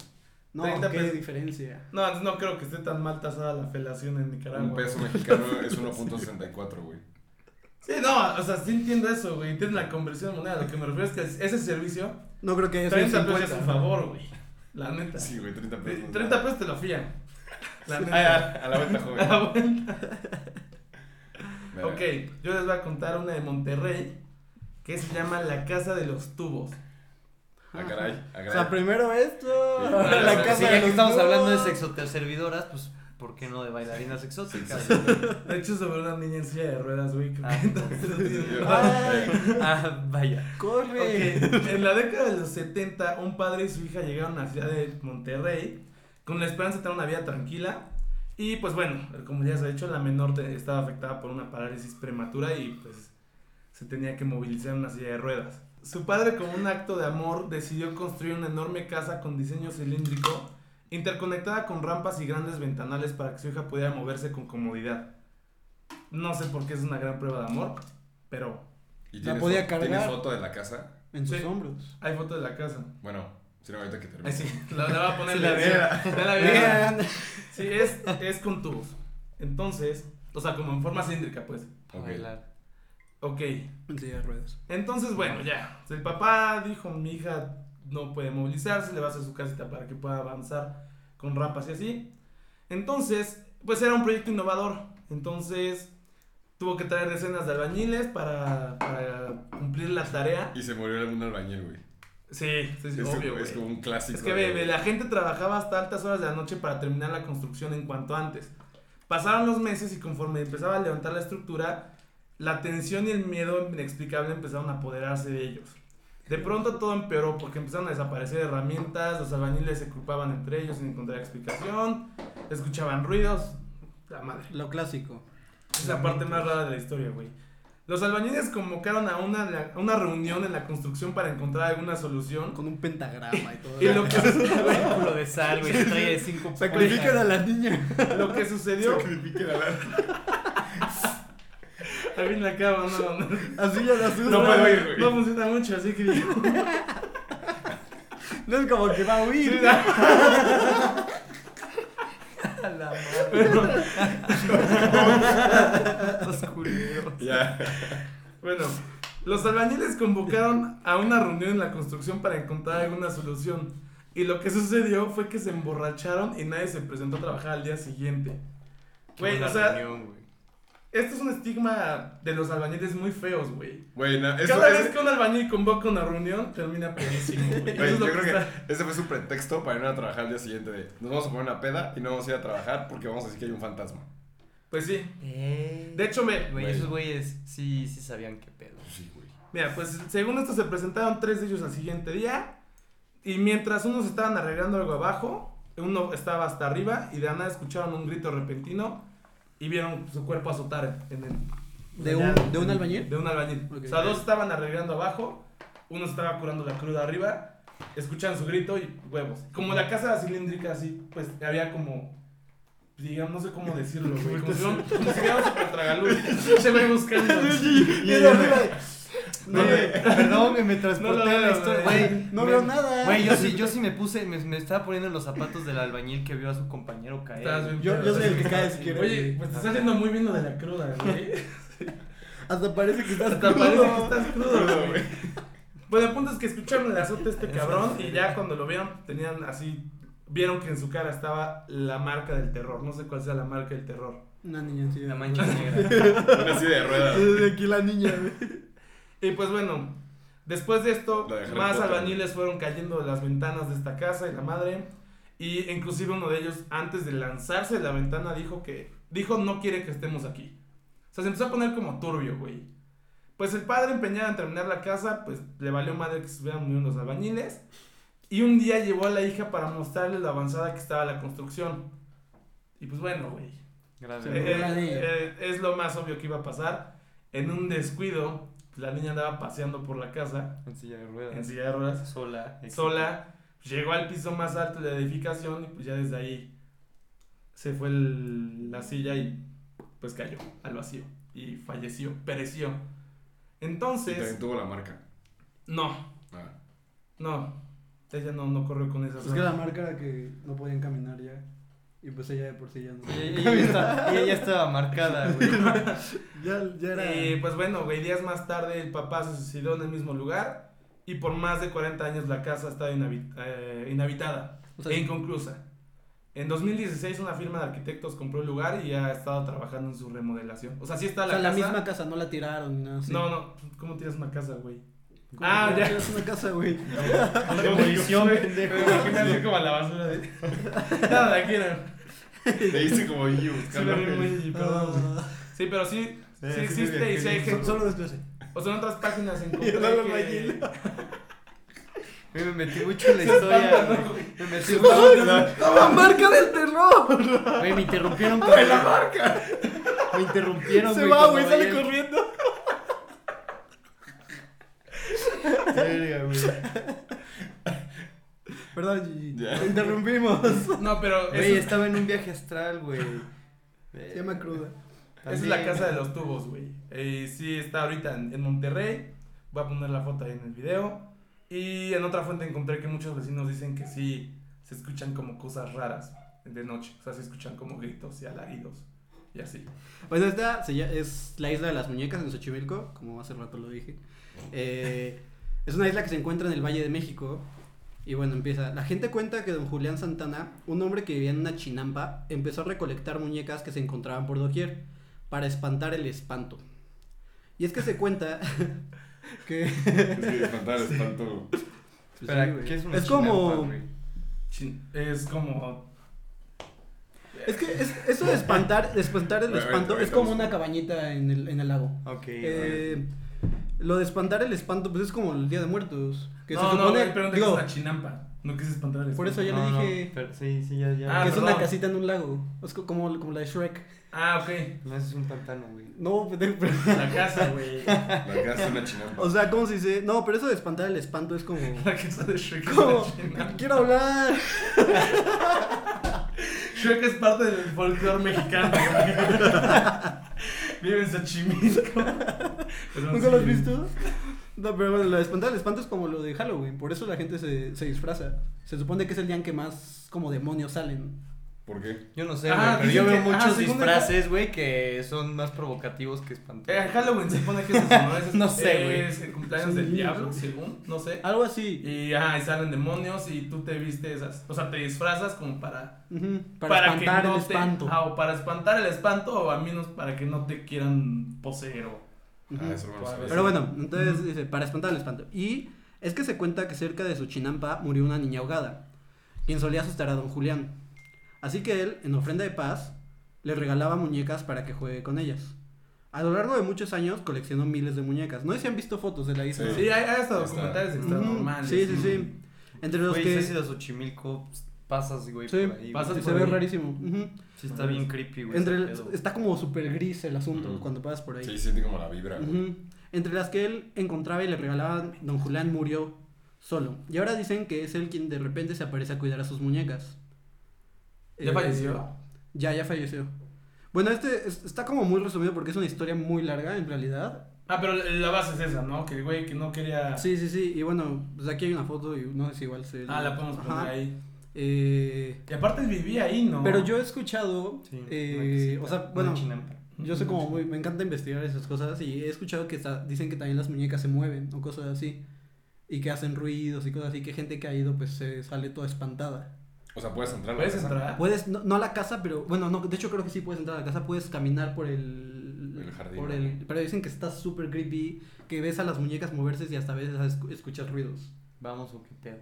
Speaker 4: No,
Speaker 1: 30
Speaker 4: qué
Speaker 1: pesos.
Speaker 4: diferencia.
Speaker 1: No, antes no creo que esté tan mal tasada la felación en Nicaragua.
Speaker 2: Un peso mexicano es 1.64, güey.
Speaker 1: Sí, no, o sea, sí entiendo eso, güey. Entiendo la conversión de moneda. Lo que me refiero es que ese servicio,
Speaker 4: No creo que eso
Speaker 1: 30 pesos es un favor, güey. La neta.
Speaker 2: Sí, güey, 30
Speaker 1: De-
Speaker 2: pesos.
Speaker 1: 30 pesos te lo fían. La
Speaker 2: Ah,
Speaker 1: neta.
Speaker 2: a, a la venta, joven.
Speaker 1: A la vuelta.
Speaker 2: Mira,
Speaker 1: Ah, Ok, yo les voy a contar una de Monterrey que se llama La Casa de los Tubos.
Speaker 2: Ah, caray, ah, caray.
Speaker 4: O sea, primero esto,
Speaker 2: Sí.
Speaker 3: Bueno,
Speaker 2: La
Speaker 3: o sea,
Speaker 2: casa
Speaker 3: si
Speaker 2: de
Speaker 3: ya que
Speaker 4: los
Speaker 3: estamos
Speaker 4: dos.
Speaker 3: hablando de sexoterservidoras, pues, ¿por qué no de bailarinas exóticas?
Speaker 1: De hecho, sobre una niña en silla de ruedas, güey. que-
Speaker 3: Ah,
Speaker 2: Yo-
Speaker 4: Ay.
Speaker 3: ah, vaya.
Speaker 4: Corre.
Speaker 1: Ok, En la década de los 70, un padre y su hija llegaron a la ciudad de Monterrey con la esperanza de tener una vida tranquila. Y pues bueno, como ya se ha dicho, la menor te- estaba afectada por una parálisis prematura y pues se tenía que movilizar en una silla de ruedas. Su padre, como un acto de amor, decidió construir una enorme casa con diseño cilíndrico interconectada con rampas y grandes ventanales para que su hija pudiera moverse con comodidad. No sé por qué es una gran prueba de amor, pero
Speaker 2: ¿Y
Speaker 4: La
Speaker 2: tienes
Speaker 4: podía
Speaker 2: fo-
Speaker 4: cargar.
Speaker 2: ¿Tienes foto de la casa?
Speaker 4: en sus
Speaker 1: Sí.
Speaker 4: hombros.
Speaker 1: hay foto de la casa.
Speaker 2: Bueno, si no, ahorita que termine.
Speaker 1: Ay, sí, la, la voy a poner
Speaker 4: Sí,
Speaker 1: en
Speaker 4: la
Speaker 1: la- en la vida.
Speaker 4: Vean.
Speaker 1: Sí, es, es con tubos. Entonces, o sea, como en forma cíndrica, pues.
Speaker 3: Para
Speaker 2: Ok.
Speaker 3: bailar.
Speaker 1: Ok.
Speaker 4: En silla de ruedas.
Speaker 1: Entonces, bueno, ya. El papá dijo, mi hija no puede movilizarse, le va a hacer su casita para que pueda avanzar con rampas y así. Entonces, pues era un proyecto innovador. Entonces, tuvo que traer decenas de albañiles para, para cumplir la tarea.
Speaker 2: Y se murió algún albañil, güey.
Speaker 1: Sí, sí,
Speaker 2: Es,
Speaker 1: sí,
Speaker 2: un-
Speaker 1: obvio,
Speaker 2: es
Speaker 1: güey.
Speaker 2: como un clásico.
Speaker 1: Es que,
Speaker 2: de-
Speaker 1: bebé, la gente trabajaba hasta altas horas de la noche para terminar la construcción en cuanto antes. Pasaron los meses y conforme empezaba a levantar la estructura, la tensión y el miedo inexplicable empezaron a apoderarse de ellos. De pronto todo empeoró porque empezaron a desaparecer herramientas, los albañiles se culpaban entre ellos sin encontrar explicación, escuchaban ruidos, la madre.
Speaker 4: Lo clásico.
Speaker 1: Es la parte más rara de la historia, güey. Los albañiles convocaron a una, a una reunión en la construcción para encontrar alguna solución.
Speaker 4: Con un pentagrama y todo.
Speaker 1: Y lo que,
Speaker 3: Un culo de sal, güey. se trae de cinco
Speaker 4: Sacrifican a
Speaker 3: pulgas.
Speaker 4: la niña.
Speaker 1: lo que sucedió
Speaker 2: Sacrifiquen a la-
Speaker 1: Al fin y al cabo, no, no,
Speaker 4: Así ya la
Speaker 1: no,
Speaker 4: asustan.
Speaker 2: No puedo ir, güey.
Speaker 1: no funciona mucho, así que
Speaker 4: No es como que va a huir.
Speaker 3: A la madre.
Speaker 1: bueno,
Speaker 3: Los culeros.
Speaker 2: Ya.
Speaker 1: bueno, los albañiles convocaron a una reunión en la construcción para encontrar alguna solución. Y lo que sucedió fue que se emborracharon y nadie se presentó a trabajar al día siguiente. Güey,
Speaker 3: Buena
Speaker 1: o sea,
Speaker 3: reunión, güey.
Speaker 1: esto es un estigma de los albañiles muy feos, güey.
Speaker 2: Güey, no, eso,
Speaker 1: Cada
Speaker 2: ese-
Speaker 1: vez que un albañil convoca una reunión, termina pedísimo, güey. Eso
Speaker 2: Güey,
Speaker 1: es lo
Speaker 2: yo
Speaker 1: que
Speaker 2: creo
Speaker 1: está-
Speaker 2: que ese fue su pretexto para ir a trabajar al día siguiente de nos vamos a poner una peda y no vamos a ir a trabajar porque vamos a decir que hay un fantasma.
Speaker 1: Pues sí.
Speaker 3: Eh.
Speaker 1: De hecho, me,
Speaker 3: Güey,
Speaker 2: Güey.
Speaker 3: esos güeyes sí, sí sabían qué pedo.
Speaker 2: Sí, güey.
Speaker 1: Mira, pues según esto se presentaron tres de ellos al siguiente día. Y mientras unos estaban arreglando algo abajo, uno estaba hasta arriba y de la nada escucharon un grito repentino y vieron su cuerpo azotar en el...
Speaker 4: ¿De
Speaker 1: o sea,
Speaker 4: un-
Speaker 1: ya-
Speaker 4: de un albañil?
Speaker 1: De un albañil.
Speaker 4: Ok.
Speaker 1: O sea, dos estaban arreglando abajo, uno estaba curando la cruda arriba, escuchan su grito y huevos. Como la casa era cilíndrica así, pues había como... Digamos, no sé cómo decirlo, güey. Como si fuera como si fuera un supertragaluz. Se ve buscando.
Speaker 4: Y ella arriba de-
Speaker 1: No,
Speaker 3: Güey, Perdón, güey, me transporté
Speaker 1: No lo
Speaker 3: a la
Speaker 1: veo,
Speaker 3: historia.
Speaker 1: güey.
Speaker 3: Güey,
Speaker 4: No
Speaker 3: me-
Speaker 4: veo nada.
Speaker 3: Güey, yo sí, yo sí me puse, me, me estaba poniendo en los zapatos del albañil que vio a su compañero caer.
Speaker 1: Estabas
Speaker 3: güey.
Speaker 1: bien
Speaker 4: Yo-
Speaker 1: pedo,
Speaker 4: yo soy
Speaker 1: así
Speaker 4: el que cae
Speaker 1: estabas-
Speaker 4: izquierdo,
Speaker 1: Oye,
Speaker 4: güey.
Speaker 1: pues te está saliendo muy bien lo de la cruda, güey.
Speaker 4: Hasta parece que estás
Speaker 1: Hasta parece que
Speaker 4: crudo.
Speaker 1: estás crudo, güey. Bueno, el punto es que escucharon el azote de este cabrón y ya cuando lo vieron, tenían así. Vieron que en su cara estaba la marca del terror. No sé cuál sea la marca del terror.
Speaker 4: Una niña así. de-
Speaker 3: La mancha negra.
Speaker 2: Una así de ruedas.
Speaker 4: Desde aquí la niña, güey.
Speaker 1: Y pues bueno, después de esto,
Speaker 2: La de Harry
Speaker 1: más
Speaker 2: Potter.
Speaker 1: albañiles fueron cayendo de las ventanas de esta casa y la madre. Y inclusive uno de ellos, antes de lanzarse de la ventana, dijo que... Dijo, no quiere que estemos aquí. O sea, se empezó a poner como turbio, güey. Pues el padre empeñado en terminar la casa, pues le valió madre que se estuvieran muriendo los albañiles. Y un día llevó a la hija para mostrarle lo avanzada que estaba la construcción. Y pues bueno, güey.
Speaker 3: Grave.
Speaker 4: Se
Speaker 1: Eh,
Speaker 4: burla
Speaker 1: eh,
Speaker 4: de ella.
Speaker 1: eh, es lo más obvio que iba a pasar. En un descuido, la niña andaba paseando por la casa
Speaker 3: En silla de ruedas.
Speaker 1: en silla de ruedas,
Speaker 3: Sola.
Speaker 1: sola. Llegó al piso más alto de la edificación y pues ya desde ahí se fue el- la silla y pues cayó al vacío y falleció, pereció.
Speaker 2: Y también
Speaker 1: Entonces,
Speaker 2: tuvo la marca.
Speaker 1: no,
Speaker 2: Ah.
Speaker 1: no, ella no, no corrió con esas.
Speaker 4: Pues que la marca era que no podían caminar ya. Y pues ella de por sí ya no.
Speaker 3: Ella, ella ya está- ella ya estaba marcada, güey.
Speaker 4: Ya, ya era.
Speaker 1: Y pues bueno, güey, días más tarde el papá se suicidó en el mismo lugar y por más de 40 años la casa ha estado inhabi- eh, inhabitada
Speaker 4: O sea,
Speaker 1: e inconclusa. En 2016 una firma de arquitectos compró el lugar y ha estado trabajando en su remodelación. O sea, sí está
Speaker 4: o
Speaker 1: la
Speaker 4: sea, la
Speaker 1: casa.
Speaker 4: misma casa, no la tiraron, nada así.
Speaker 1: No, no, ¿cómo tienes una casa, güey?
Speaker 4: Como
Speaker 1: Ah,
Speaker 4: que
Speaker 1: ya.
Speaker 4: tiras una casa, güey.
Speaker 3: demolición,
Speaker 1: Güey,
Speaker 3: pendejo.
Speaker 1: me imagino así como a la basura de... Nada, aquí no.
Speaker 2: Le hice como y
Speaker 1: Sí, me vi
Speaker 2: buscando.
Speaker 1: muy- perdón, güey.
Speaker 4: Ah,
Speaker 1: Sí, pero sí, sí,
Speaker 2: sí,
Speaker 1: existe
Speaker 2: sí,
Speaker 1: y sí hay
Speaker 2: sí.
Speaker 1: gente.
Speaker 4: so- Solo después.
Speaker 1: O sea, en otras páginas encontré
Speaker 4: el albañil.
Speaker 1: que...
Speaker 3: Güey, me metí mucho en la historia, güey. Me metí mucho.
Speaker 4: ¡La marca del terror!
Speaker 3: Güey, me interrumpieron con la marca. Me interrumpieron,
Speaker 4: Se va,
Speaker 3: cuando
Speaker 4: güey,
Speaker 3: veía
Speaker 4: sale
Speaker 3: el-
Speaker 4: corriendo.
Speaker 3: Verga, güey.
Speaker 4: Perdón, Gigi.
Speaker 2: Ya.
Speaker 4: Te interrumpimos.
Speaker 1: No, pero
Speaker 3: Güey,
Speaker 1: esa,
Speaker 3: estaba en un viaje astral, güey.
Speaker 4: Se llama cruda.
Speaker 1: esa es la casa de los tubos, güey. Eh, sí, está ahorita en, en Monterrey. Voy a poner la foto ahí en el video. Y en otra fuente encontré que muchos vecinos dicen que sí se escuchan como cosas raras de noche. O sea, se escuchan como gritos y alaridos. Y así.
Speaker 4: Pues esta se lla- es la isla de las muñecas en Xochimilco, como hace rato lo dije. Eh, es una isla que se encuentra en el Valle de México. Y bueno, empieza. La gente cuenta que don Julián Santana, un hombre que vivía en una chinampa, empezó a recolectar muñecas que se encontraban por doquier para espantar el espanto. Y es que se cuenta que.
Speaker 2: Es que espantar el espanto.
Speaker 4: Pues
Speaker 3: Espera,
Speaker 4: sí, güey.
Speaker 3: ¿qué es una
Speaker 4: Es como.
Speaker 3: chinampa, güey?
Speaker 1: Chin- Es como.
Speaker 4: Es que es- eso de espantar, de espantar el
Speaker 2: Ahorita,
Speaker 4: espanto es
Speaker 2: ahorita
Speaker 4: como
Speaker 2: busco.
Speaker 4: una cabañita en el, en el lago.
Speaker 3: Ok.
Speaker 4: Eh, lo de espantar el espanto, pues es como el Día de Muertos. Que
Speaker 1: no,
Speaker 4: se
Speaker 1: no,
Speaker 4: supone.
Speaker 1: güey, pero no
Speaker 4: digo,
Speaker 1: es una chinampa. No quise espantar al
Speaker 4: Por eso
Speaker 1: espanto.
Speaker 4: ya
Speaker 3: No,
Speaker 4: le
Speaker 3: no,
Speaker 4: dije
Speaker 3: pero sí, sí, ya, ya.
Speaker 1: Ah,
Speaker 4: que es una
Speaker 1: perdón.
Speaker 4: casita en un lago. Es co- como, como la de Shrek.
Speaker 1: Ah, ok.
Speaker 3: No, eso es un pantano, güey.
Speaker 4: No, pendejo, pero-
Speaker 1: La casa, güey. La
Speaker 2: La casa es una chinampa.
Speaker 4: O sea, ¿cómo se dice? No, pero eso de espantar el espanto es como.
Speaker 1: casa de Shrek es
Speaker 4: como,
Speaker 1: una chinampa.
Speaker 4: Quiero hablar.
Speaker 1: Shrek es parte del folclore mexicano, güey. Vive en Xochimilco. Pero
Speaker 4: ¿Nunca lo has
Speaker 1: sí.
Speaker 4: visto? No, pero bueno, lo de espantar el espanto es como lo de Halloween. Por eso la gente se, se disfraza. Se supone que es el día en que más como demonios salen.
Speaker 2: ¿Por qué?
Speaker 3: Yo no sé,
Speaker 1: Ah,
Speaker 3: güey,
Speaker 1: dicen
Speaker 3: pero yo veo
Speaker 1: que- ah,
Speaker 3: muchos
Speaker 1: según
Speaker 3: disfraces, güey, que son más provocativos que
Speaker 1: Eh, en
Speaker 3: espantosos.
Speaker 1: Halloween se supone que es eso, ¿no? Es,
Speaker 3: No sé, güey.
Speaker 1: Es el cumpleaños
Speaker 4: Son
Speaker 1: del
Speaker 4: niños,
Speaker 1: diablo,
Speaker 4: güey. Ah.
Speaker 1: según, no sé.
Speaker 4: Algo así.
Speaker 1: Y, ajá, y salen demonios y tú te vistes, esas- o sea, te disfrazas como para...
Speaker 4: Ujú, Para, espantar el
Speaker 1: te-
Speaker 4: espanto.
Speaker 1: ah, o para espantar el espanto o al menos para que no te quieran poseer o...
Speaker 4: Ujú.
Speaker 2: Ah, eso no lo sabía.
Speaker 4: Pero bueno, entonces dice, para espantar el espanto. Y es que se cuenta que cerca de su chinampa murió una niña ahogada, quien solía asustar a don Julián. Así que él, en ofrenda de paz, le regalaba muñecas para que juegue con ellas. A lo largo de muchos años coleccionó miles de muñecas. No sé si han visto fotos de la isla.
Speaker 1: Sí, hay, hay hasta
Speaker 2: Está-
Speaker 1: documentales
Speaker 4: Ujú,
Speaker 1: extranormales.
Speaker 4: sí, sí, sí. Entre los
Speaker 3: Güey, si
Speaker 4: que...
Speaker 3: has ido a Xochimilco, pues, pasas, güey,
Speaker 4: Sí,
Speaker 3: por ahí. güey.
Speaker 1: pasas
Speaker 4: y se
Speaker 1: por
Speaker 4: ve
Speaker 1: ahí.
Speaker 4: rarísimo. ujú.
Speaker 3: Sí, está bien creepy, güey.
Speaker 4: Entre
Speaker 3: ese
Speaker 4: el-
Speaker 3: pedo.
Speaker 4: está como súper gris el asunto
Speaker 2: Ujú.
Speaker 4: cuando pasas por ahí.
Speaker 2: Sí, siente como la vibra. güey.
Speaker 4: Ujú. Entre las que él encontraba y le regalaban, don Julián murió solo. Y ahora dicen que es él quien de repente se aparece a cuidar a sus muñecas.
Speaker 1: ¿Ya
Speaker 4: Eh,
Speaker 1: falleció?
Speaker 4: Ya, ya falleció. Bueno, este es- está como muy resumido porque es una historia muy larga en realidad.
Speaker 1: Ah, pero la- la base es esa, ¿no? Que el güey que no quería...
Speaker 4: Sí, sí, sí. Y bueno, pues aquí hay una foto y no sé si igual se...
Speaker 1: Ah, la podemos poner
Speaker 4: Ajá.
Speaker 1: ahí.
Speaker 4: Eh,
Speaker 1: Y aparte vivía ahí, ¿no?
Speaker 4: Pero yo he escuchado...
Speaker 3: Sí,
Speaker 4: eh,
Speaker 3: una casita,
Speaker 4: o sea,
Speaker 3: una
Speaker 4: bueno,
Speaker 3: chinampa.
Speaker 4: yo soy como muy... Me encanta investigar esas cosas y he escuchado que está- dicen que también las muñecas se mueven o cosas así. Y que hacen ruidos y cosas así, que gente que ha ido pues se sale toda espantada.
Speaker 2: O sea, puedes entrar. a la
Speaker 1: ¿Puedes
Speaker 2: casa?
Speaker 1: entrar? Pues,
Speaker 4: Puedes, no, no a la casa, pero bueno, no, de hecho creo que sí puedes entrar a la casa, puedes caminar por el...
Speaker 2: El jardín,
Speaker 4: Por
Speaker 2: ¿no?
Speaker 4: el, pero dicen que está súper creepy, que ves a las muñecas moverse y hasta a veces escu- escuchas ruidos.
Speaker 3: Vamos o qué pedo.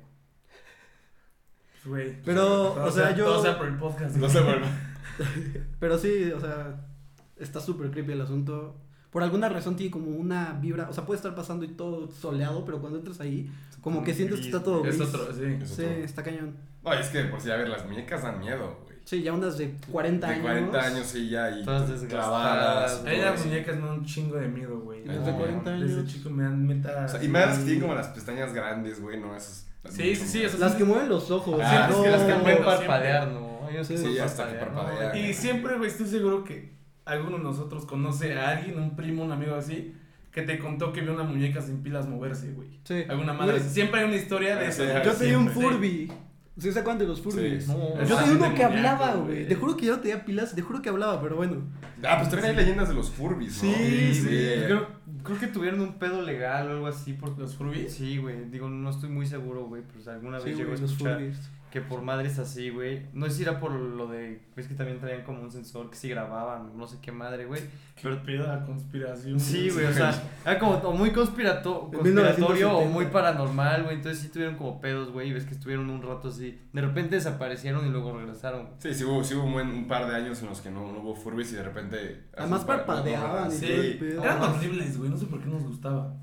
Speaker 1: Pues, Güey.
Speaker 4: Pero, o sea, yo...
Speaker 1: O sea, por el podcast.
Speaker 2: No
Speaker 1: güey.
Speaker 2: sé, bueno.
Speaker 4: Pero sí, o sea, está súper creepy el asunto. Por alguna razón tiene como una vibra, o sea, puede estar pasando y todo soleado, pero cuando entras ahí, como que sientes que está todo gris.
Speaker 1: Es otro, sí.
Speaker 2: Eso
Speaker 4: Sí,
Speaker 2: todo.
Speaker 4: está cañón.
Speaker 2: No, es que, por si, a ver, las muñecas dan miedo, güey.
Speaker 4: Sí, ya unas de 40
Speaker 2: de
Speaker 4: años.
Speaker 2: 40 años, sí, ya. Y
Speaker 3: Todas desgastadas,
Speaker 2: clavadas.
Speaker 1: A mí
Speaker 2: todo
Speaker 1: las
Speaker 2: eso.
Speaker 1: muñecas me dan un chingo de miedo, güey.
Speaker 4: Desde
Speaker 1: No,
Speaker 4: 40 años.
Speaker 1: Desde chico me dan meta.
Speaker 2: O sea, y más las que tienen como las pestañas grandes, güey, ¿no? Esas.
Speaker 1: Sí, sí, sí, o sea,
Speaker 4: Las que mueven los ojos.
Speaker 2: Ah,
Speaker 4: no.
Speaker 2: es que las que
Speaker 3: No
Speaker 2: mueven
Speaker 3: pueden
Speaker 1: siempre.
Speaker 3: parpadear, ¿no? Hay unos
Speaker 4: Sí,
Speaker 3: pueden
Speaker 2: hasta que
Speaker 3: ¿no?
Speaker 2: parpadean.
Speaker 1: Y siempre, güey, estoy seguro que alguno de nosotros conoce a alguien, un primo, un amigo así, que te contó que vio una muñeca sin pilas moverse, güey.
Speaker 4: Sí.
Speaker 1: Alguna madre.
Speaker 4: Güey,
Speaker 1: Siempre hay una historia de
Speaker 2: Ah,
Speaker 1: eso.
Speaker 2: sí,
Speaker 1: güey.
Speaker 4: Yo tenía un
Speaker 1: Siempre.
Speaker 4: Furby. ¿Sí se acuerdan de los Furbies?
Speaker 2: Sí.
Speaker 3: No,
Speaker 4: Yo
Speaker 1: Ah,
Speaker 4: tenía uno
Speaker 1: sí,
Speaker 4: que
Speaker 1: demoníaco,
Speaker 4: hablaba, güey.
Speaker 1: güey.
Speaker 4: Te juro que yo no tenía pilas, te juro que hablaba, pero bueno.
Speaker 2: Ah, pues también hay leyendas de los Furbis, ¿no?
Speaker 4: Sí,
Speaker 3: Yo Creo, creo que tuvieron un pedo legal o algo así por los Furbies. Sí, güey. Digo, no estoy muy seguro, güey. Pero alguna vez
Speaker 4: Sí,
Speaker 3: llegó
Speaker 4: güey,
Speaker 3: a
Speaker 4: los
Speaker 3: escuchar
Speaker 4: Furbies.
Speaker 3: que por madres así, güey. No sé si era por lo de. Ves que también traían como un sensor que si grababan, no sé qué madre, güey.
Speaker 1: Pero pido la conspiración.
Speaker 3: Sí, güey. O sea, era como o muy conspirato-
Speaker 4: En 1970.
Speaker 3: conspiratorio o muy paranormal, güey. Entonces sí tuvieron como pedos, güey. Y ves que estuvieron un rato así. De repente desaparecieron y luego regresaron.
Speaker 2: Sí, sí hubo, sí hubo un, buen- un par de años en los que no, no hubo Furbis y de repente.
Speaker 4: Además
Speaker 2: así, pa-
Speaker 4: parpadeaban y
Speaker 1: Sí.
Speaker 4: todo el pedo.
Speaker 1: Eran horribles, güey. No sé por qué nos gustaba.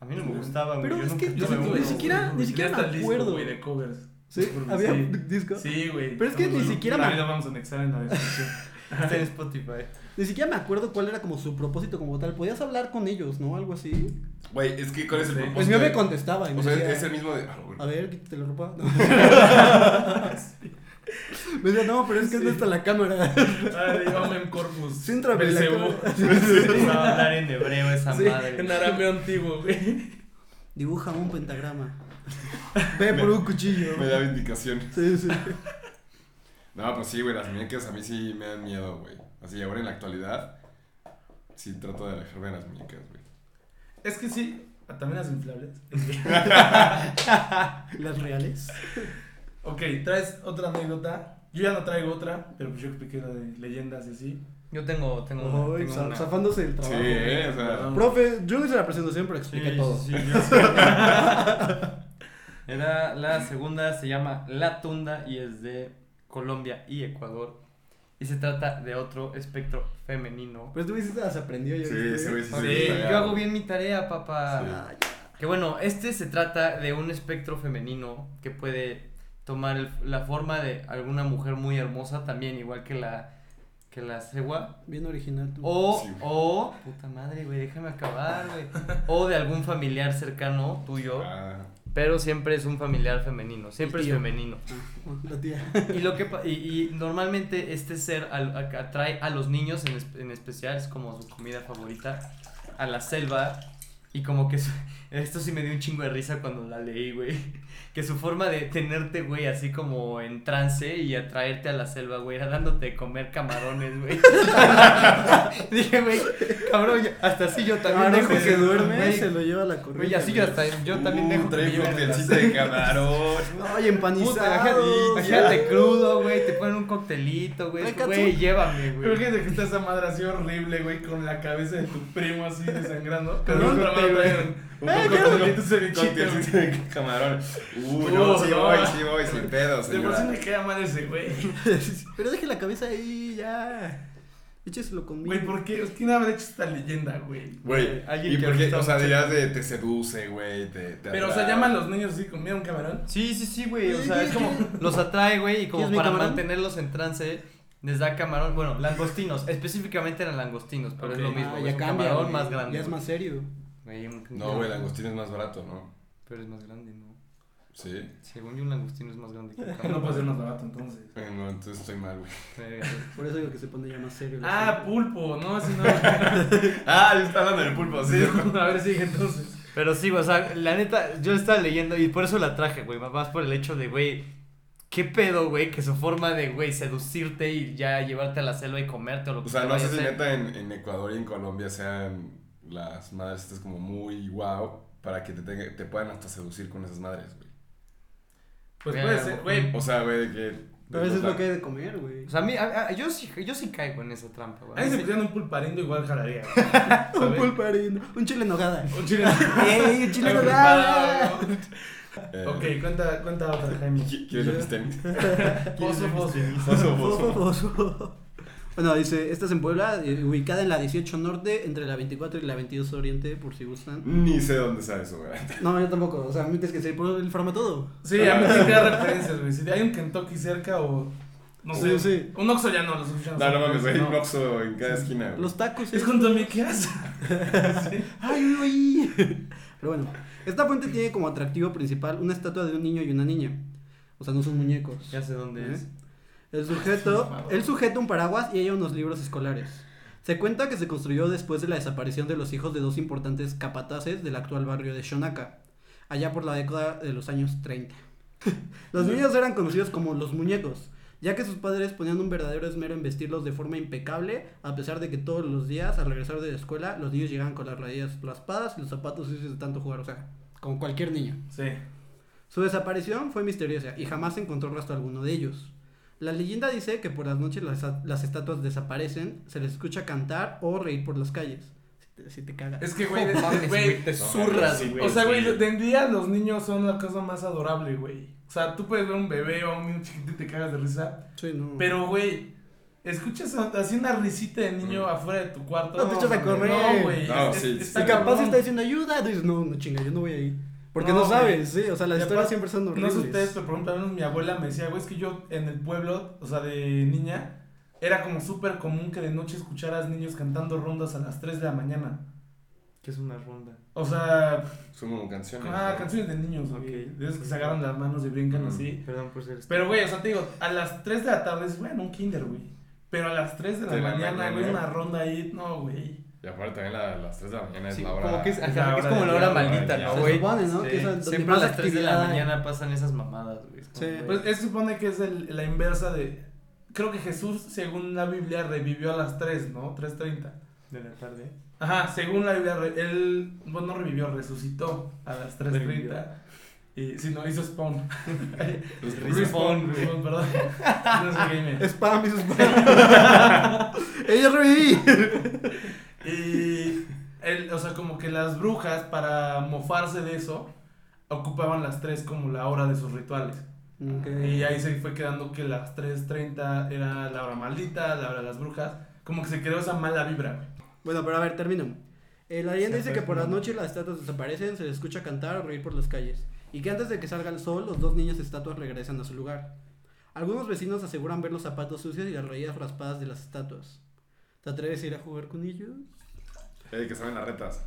Speaker 3: A mí no me gustaba, güey.
Speaker 4: Pero
Speaker 3: yo
Speaker 4: es
Speaker 3: nunca
Speaker 4: que
Speaker 3: tuve
Speaker 4: ni
Speaker 3: uno,
Speaker 1: me
Speaker 3: güey.
Speaker 4: siquiera- ni
Speaker 1: Tenía
Speaker 4: siquiera me
Speaker 1: hasta el disco,
Speaker 4: acuerdo.
Speaker 1: güey, de covers.
Speaker 4: ¿Sí? ¿Había
Speaker 1: Sí.
Speaker 4: disco?
Speaker 1: Sí, güey.
Speaker 4: Pero es que ni siquiera
Speaker 1: me...
Speaker 4: me-
Speaker 1: vamos a anexar en la descripción.
Speaker 3: Está en Spotify.
Speaker 4: Ni siquiera me acuerdo cuál era como su propósito como tal. Podías hablar con ellos, ¿no? Algo así.
Speaker 2: Güey, es que ¿cuál es el
Speaker 1: Sí.
Speaker 2: propósito?
Speaker 4: Pues yo me contestaba y me
Speaker 2: O sea,
Speaker 4: decía,
Speaker 2: es el mismo de. Ah, güey.
Speaker 4: a ver, quítate la ropa. No. me decía, no, pero es que no está la cámara.
Speaker 1: Ay, Omen Corpus.
Speaker 4: Sintra
Speaker 1: Belcebú.
Speaker 4: Belacor.
Speaker 3: Va a hablar en hebreo esa
Speaker 1: Sí,
Speaker 3: madre.
Speaker 1: en arameo antiguo, güey.
Speaker 4: Dibuja un pentagrama. Ve por un cuchillo.
Speaker 2: Me daba indicación.
Speaker 4: Sí, sí.
Speaker 2: No, pues sí, güey, las muñecas a mí sí me dan miedo, güey. Así, ahora en la actualidad, sí trato de alejarme de las muñecas, güey.
Speaker 1: Es que sí, también las inflables.
Speaker 4: Las reales.
Speaker 1: ok, traes otra anécdota. Yo ya no traigo otra, pero pues yo expliqué la de leyendas y así.
Speaker 3: Yo tengo, tengo una,
Speaker 4: Ay,
Speaker 3: tengo
Speaker 4: za-
Speaker 3: una.
Speaker 4: zafándose el
Speaker 2: Sí,
Speaker 4: trabajo.
Speaker 2: eh, o sea.
Speaker 1: Perdón.
Speaker 4: Profe, yo hice la presentación, pero
Speaker 3: Sí,
Speaker 4: expliqué
Speaker 3: sí,
Speaker 4: todo.
Speaker 3: sí, yo sé. Era la segunda, se llama La Tunda y es de Colombia y Ecuador. Y se trata de otro espectro femenino.
Speaker 4: Pero Pues tú me hiciste las aprendió yo.
Speaker 2: Sí, sí, güey, sí,
Speaker 3: Ok,
Speaker 2: sí.
Speaker 3: yo hago bien mi tarea, papá.
Speaker 2: Sí.
Speaker 4: Ah, ya.
Speaker 3: Que bueno, este se trata de un espectro femenino que puede tomar el- la forma de alguna mujer muy hermosa también, igual que la que la cegua.
Speaker 4: Bien original tú.
Speaker 3: O,
Speaker 2: Sí, güey.
Speaker 3: o, puta madre, güey, déjame acabar, güey. O de algún familiar cercano tuyo,
Speaker 2: Ah,
Speaker 3: pero siempre es un familiar femenino, siempre
Speaker 4: El
Speaker 3: es
Speaker 4: tío.
Speaker 3: femenino.
Speaker 4: Ah, La tía.
Speaker 3: Y lo que pa- y, y normalmente este ser al- a- atrae a los niños en, es- en especial, es como su comida favorita, a la selva. Y como que su- esto sí me dio un chingo de risa cuando la leí, güey. Que su forma de tenerte, güey, así como en trance y atraerte a la selva, güey, era dándote de comer camarones, güey. Dije, güey, cabrón, yo- hasta así yo también
Speaker 4: Camarones
Speaker 3: dejo
Speaker 4: que duerme,
Speaker 3: güey.
Speaker 4: se lo lleva la corriente.
Speaker 3: Güey, así yo hasta yo también
Speaker 2: uh,
Speaker 3: dejo que me
Speaker 2: Traigo
Speaker 3: lleven
Speaker 2: un
Speaker 3: a la
Speaker 2: coctelcito de camarón.
Speaker 4: Ay, empanizado.
Speaker 3: Puta, imagínate, imagínate crudo, güey, te ponen un coctelito, güey,
Speaker 4: Ay,
Speaker 3: es- güey,
Speaker 4: Katsu.
Speaker 3: llévame,
Speaker 1: Creo
Speaker 3: güey.
Speaker 1: que está esa madre así horrible, güey, con la cabeza de tu primo así desangrando. Pero
Speaker 4: Cabrón,
Speaker 1: otra
Speaker 4: te-
Speaker 1: mano trae un
Speaker 4: Eh,
Speaker 1: un
Speaker 4: claro.
Speaker 1: coctelito cevichito, güey.
Speaker 2: Coctelcito de camarón. Uh, no,
Speaker 1: Uh,
Speaker 2: sí
Speaker 1: no.
Speaker 2: voy, sí voy, sin
Speaker 1: De
Speaker 2: pedo,
Speaker 1: por sí me
Speaker 2: señora.
Speaker 1: queda mal ese, güey.
Speaker 4: Pero deje la cabeza ahí, ya. Écheselo conmigo.
Speaker 1: Güey, ¿por qué? ¿Quién habrá hecho esta leyenda, güey?
Speaker 2: Güey,
Speaker 3: Alguien
Speaker 2: ¿y
Speaker 3: que
Speaker 2: por qué?
Speaker 3: ahorita-
Speaker 2: O sea, dirás de te seduce, güey, te, te
Speaker 1: Pero, o sea,
Speaker 2: atrae.
Speaker 1: llaman los niños así, comieron camarón.
Speaker 3: Sí, sí, sí, güey, o
Speaker 4: Güey,
Speaker 3: sea,
Speaker 4: ¿qué-
Speaker 3: es como
Speaker 4: qué?
Speaker 3: los atrae, güey, y como
Speaker 4: ¿Quieres mi
Speaker 3: para
Speaker 4: camarón?
Speaker 3: mantenerlos en trance les da camarón, bueno, langostinos, específicamente eran langostinos, pero es
Speaker 1: Ok.
Speaker 3: lo
Speaker 4: Ah,
Speaker 3: mismo, güey,
Speaker 4: ya
Speaker 3: es un
Speaker 4: cambia.
Speaker 3: camarón
Speaker 4: güey.
Speaker 3: más grande.
Speaker 4: Ya es
Speaker 3: güey.
Speaker 4: más serio.
Speaker 3: Güey, un-
Speaker 2: No, güey, el langostino es más barato, ¿no?
Speaker 3: Pero es más grande, ¿no?
Speaker 2: Sí.
Speaker 3: Según yo, un langostino es más grande que un camarón.
Speaker 4: pues,
Speaker 1: No puede ser más barato, entonces.
Speaker 2: Eh, No, entonces estoy mal, güey.
Speaker 3: Güey,
Speaker 4: Por eso digo que se pone ya más serio. la
Speaker 1: Ah,
Speaker 4: serie.
Speaker 1: pulpo, no, así no.
Speaker 2: Ah, yo estaba hablando del pulpo, sí.
Speaker 1: A ver, sigue entonces.
Speaker 3: Pero sí, o sea, la neta, yo estaba leyendo y por eso la traje, güey. Más por el hecho de, güey, qué pedo, güey, que su forma de, güey, seducirte y ya llevarte a la selva y comerte o lo que
Speaker 2: O sea,
Speaker 3: te
Speaker 2: no
Speaker 3: vaya
Speaker 2: sé
Speaker 3: a
Speaker 2: si
Speaker 3: hacer.
Speaker 2: neta en, en Ecuador y en Colombia sean las madres estas como muy wow para que te, tenga- te puedan hasta seducir con esas madres, güey.
Speaker 1: Pues
Speaker 3: Mira,
Speaker 1: puede ser, güey.
Speaker 2: O sea, güey, de que...
Speaker 4: Pero a veces es
Speaker 2: de-
Speaker 4: lo que hay de comer, güey.
Speaker 3: O sea, a mí, a- a- yo, sí, yo sí caigo en esa trampa, güey.
Speaker 1: A mí se pusieron un pulparindo igual jalaría. güey,
Speaker 4: Un
Speaker 1: ¿sabes?
Speaker 4: pulparino. Un chile en nogada.
Speaker 1: Un chile.
Speaker 4: ¡Ey, un chile en nogada!
Speaker 2: eh,
Speaker 1: Ok, cuenta, cuenta otra, Jaime.
Speaker 2: ¿qui- ¿Quieres
Speaker 4: Yo-
Speaker 2: la pisteña?
Speaker 1: Pozo, pozo.
Speaker 2: Foso,
Speaker 4: Fofo,
Speaker 2: foso.
Speaker 4: fofo. Bueno, dice, esta es en Puebla, eh, ubicada en la 18 Norte, entre la 24 y la 22 Oriente, por si gustan.
Speaker 2: Ni sé dónde sale eso, güey.
Speaker 4: No, yo tampoco, o sea, a mí tienes que ser por el todo.
Speaker 1: Sí, a mí me queda referencias, güey. Si hay un Kentucky cerca o. No sé.
Speaker 4: Sí, sí.
Speaker 1: Un Oxxo ya no, los Oxxo ya
Speaker 2: No, no mames, hay
Speaker 1: no.
Speaker 2: un Oxxo en cada esquina, güey.
Speaker 4: Los tacos.
Speaker 1: Es
Speaker 4: eh.
Speaker 1: con Tommy, ¿qué haces?
Speaker 4: ¡Ay, uy! Pero bueno, esta fuente tiene como atractivo principal una estatua de un niño y una niña. O sea, no son muñecos.
Speaker 3: Ya sé dónde es. Ah,
Speaker 4: ¿Eh? El sujeto, el sujeto un paraguas y ella unos libros escolares. Se cuenta que se construyó después de la desaparición de los hijos de dos importantes capataces del actual barrio de Shonaka, allá por la década de los años 30. los niños eran conocidos como los muñecos, ya que sus padres ponían un verdadero esmero en vestirlos de forma impecable, a pesar de que todos los días, al regresar de la escuela, los niños llegaban con las rodillas raspadas y los zapatos sucios de tanto jugar, o sea, como cualquier niño.
Speaker 1: Sí.
Speaker 4: Su desaparición fue misteriosa y jamás se encontró rastro alguno de ellos. La leyenda dice que por las noches las, las estatuas desaparecen, se les escucha cantar o reír por las calles. Si te, si te cagas.
Speaker 1: Es que, güey,
Speaker 3: No
Speaker 1: de-
Speaker 3: mames,
Speaker 1: güey,
Speaker 3: güey, te zurras,
Speaker 2: sí,
Speaker 3: güey.
Speaker 1: O sea, güey,
Speaker 2: sí.
Speaker 1: de en día los niños son la cosa más adorable, güey. O sea, tú puedes ver un bebé o a un niño chiquito y te cagas de risa.
Speaker 4: Sí, no.
Speaker 1: Pero, güey, escuchas a- así una risita de niño
Speaker 2: Mm.
Speaker 1: afuera de tu cuarto.
Speaker 4: No te echas a
Speaker 1: mames,
Speaker 4: correr.
Speaker 1: No, güey.
Speaker 2: No,
Speaker 1: es-
Speaker 2: sí,
Speaker 1: es-
Speaker 2: sí.
Speaker 4: y
Speaker 1: está
Speaker 4: capaz
Speaker 1: cabrón.
Speaker 4: está diciendo ayuda, dices, no, no chinga, yo no voy ahí. Porque no,
Speaker 1: No,
Speaker 4: sabes, sí, o sea, las
Speaker 1: Y
Speaker 4: historias
Speaker 1: aparte,
Speaker 4: siempre son
Speaker 1: No
Speaker 4: horribles.
Speaker 1: sé ustedes, pero por ejemplo, al menos mi abuela me decía, güey, es que yo en el pueblo, o sea, de niña, era como súper común que de noche escucharas niños cantando rondas a las 3 de la mañana.
Speaker 3: Que es una ronda.
Speaker 1: O sea,
Speaker 2: Son como canciones.
Speaker 1: ah,
Speaker 2: ¿no?
Speaker 1: canciones de niños, güey.
Speaker 3: Ok.
Speaker 1: De esos que se agarran las manos y brincan
Speaker 2: Mm.
Speaker 1: así.
Speaker 3: Perdón por ser.
Speaker 1: Pero, güey, o sea, te digo, a las 3 de la tarde es, bueno, un kinder, güey. Pero a las 3 de la,
Speaker 2: De la
Speaker 1: mañana,
Speaker 2: mañana,
Speaker 1: güey,
Speaker 2: ¿no?
Speaker 1: una ronda ahí, no, güey.
Speaker 2: Y aparte también la- las 3 de la mañana es
Speaker 3: Sí,
Speaker 2: la hora.
Speaker 3: como que es, ajá,
Speaker 1: es la
Speaker 3: que es
Speaker 1: hora
Speaker 3: como
Speaker 1: de
Speaker 3: la hora
Speaker 1: día,
Speaker 3: maldita,
Speaker 2: güey,
Speaker 3: ¿no,
Speaker 2: ya.
Speaker 3: güey?
Speaker 4: Se supone, ¿no?
Speaker 3: Sí.
Speaker 4: Que es donde
Speaker 3: Siempre a
Speaker 4: más
Speaker 3: las 3 de la
Speaker 4: actividad hay.
Speaker 3: mañana pasan esas mamadas, güey. Es como,
Speaker 4: Sí.
Speaker 3: güey,
Speaker 1: Pues es, se supone que es el- la inversa de... Creo que Jesús, según la Biblia, revivió a las 3, ¿no? 3.30.
Speaker 3: de la tarde.
Speaker 1: Ajá, según la Biblia, re- él bueno, no revivió, resucitó a las 3.30. Y si no, hizo spawn.
Speaker 2: Los
Speaker 1: Respawn,
Speaker 3: güey.
Speaker 1: respawn, perdón. No sé gamer.
Speaker 4: Spam y sus ¡Ella reviví!
Speaker 1: Y él, o sea, como que las brujas, para mofarse de eso, ocupaban las 3 como la hora de sus rituales. Y ahí se fue quedando que las 3.30 era la hora maldita, la hora de las brujas. Como que se creó esa mala vibra, güey.
Speaker 4: Bueno, pero a ver, termino. Eh, la leyenda
Speaker 1: Se
Speaker 4: dice
Speaker 1: fue
Speaker 4: que por la
Speaker 1: fumando.
Speaker 4: noche las estatuas desaparecen, se les escucha cantar o reír por las calles. Y que antes de que salga el sol, los dos niños estatuas regresan a su lugar. Algunos vecinos aseguran ver los zapatos sucios y las rodillas raspadas de las estatuas. ¿Te atreves a ir a jugar con ellos?
Speaker 2: Eh, que saben las retas.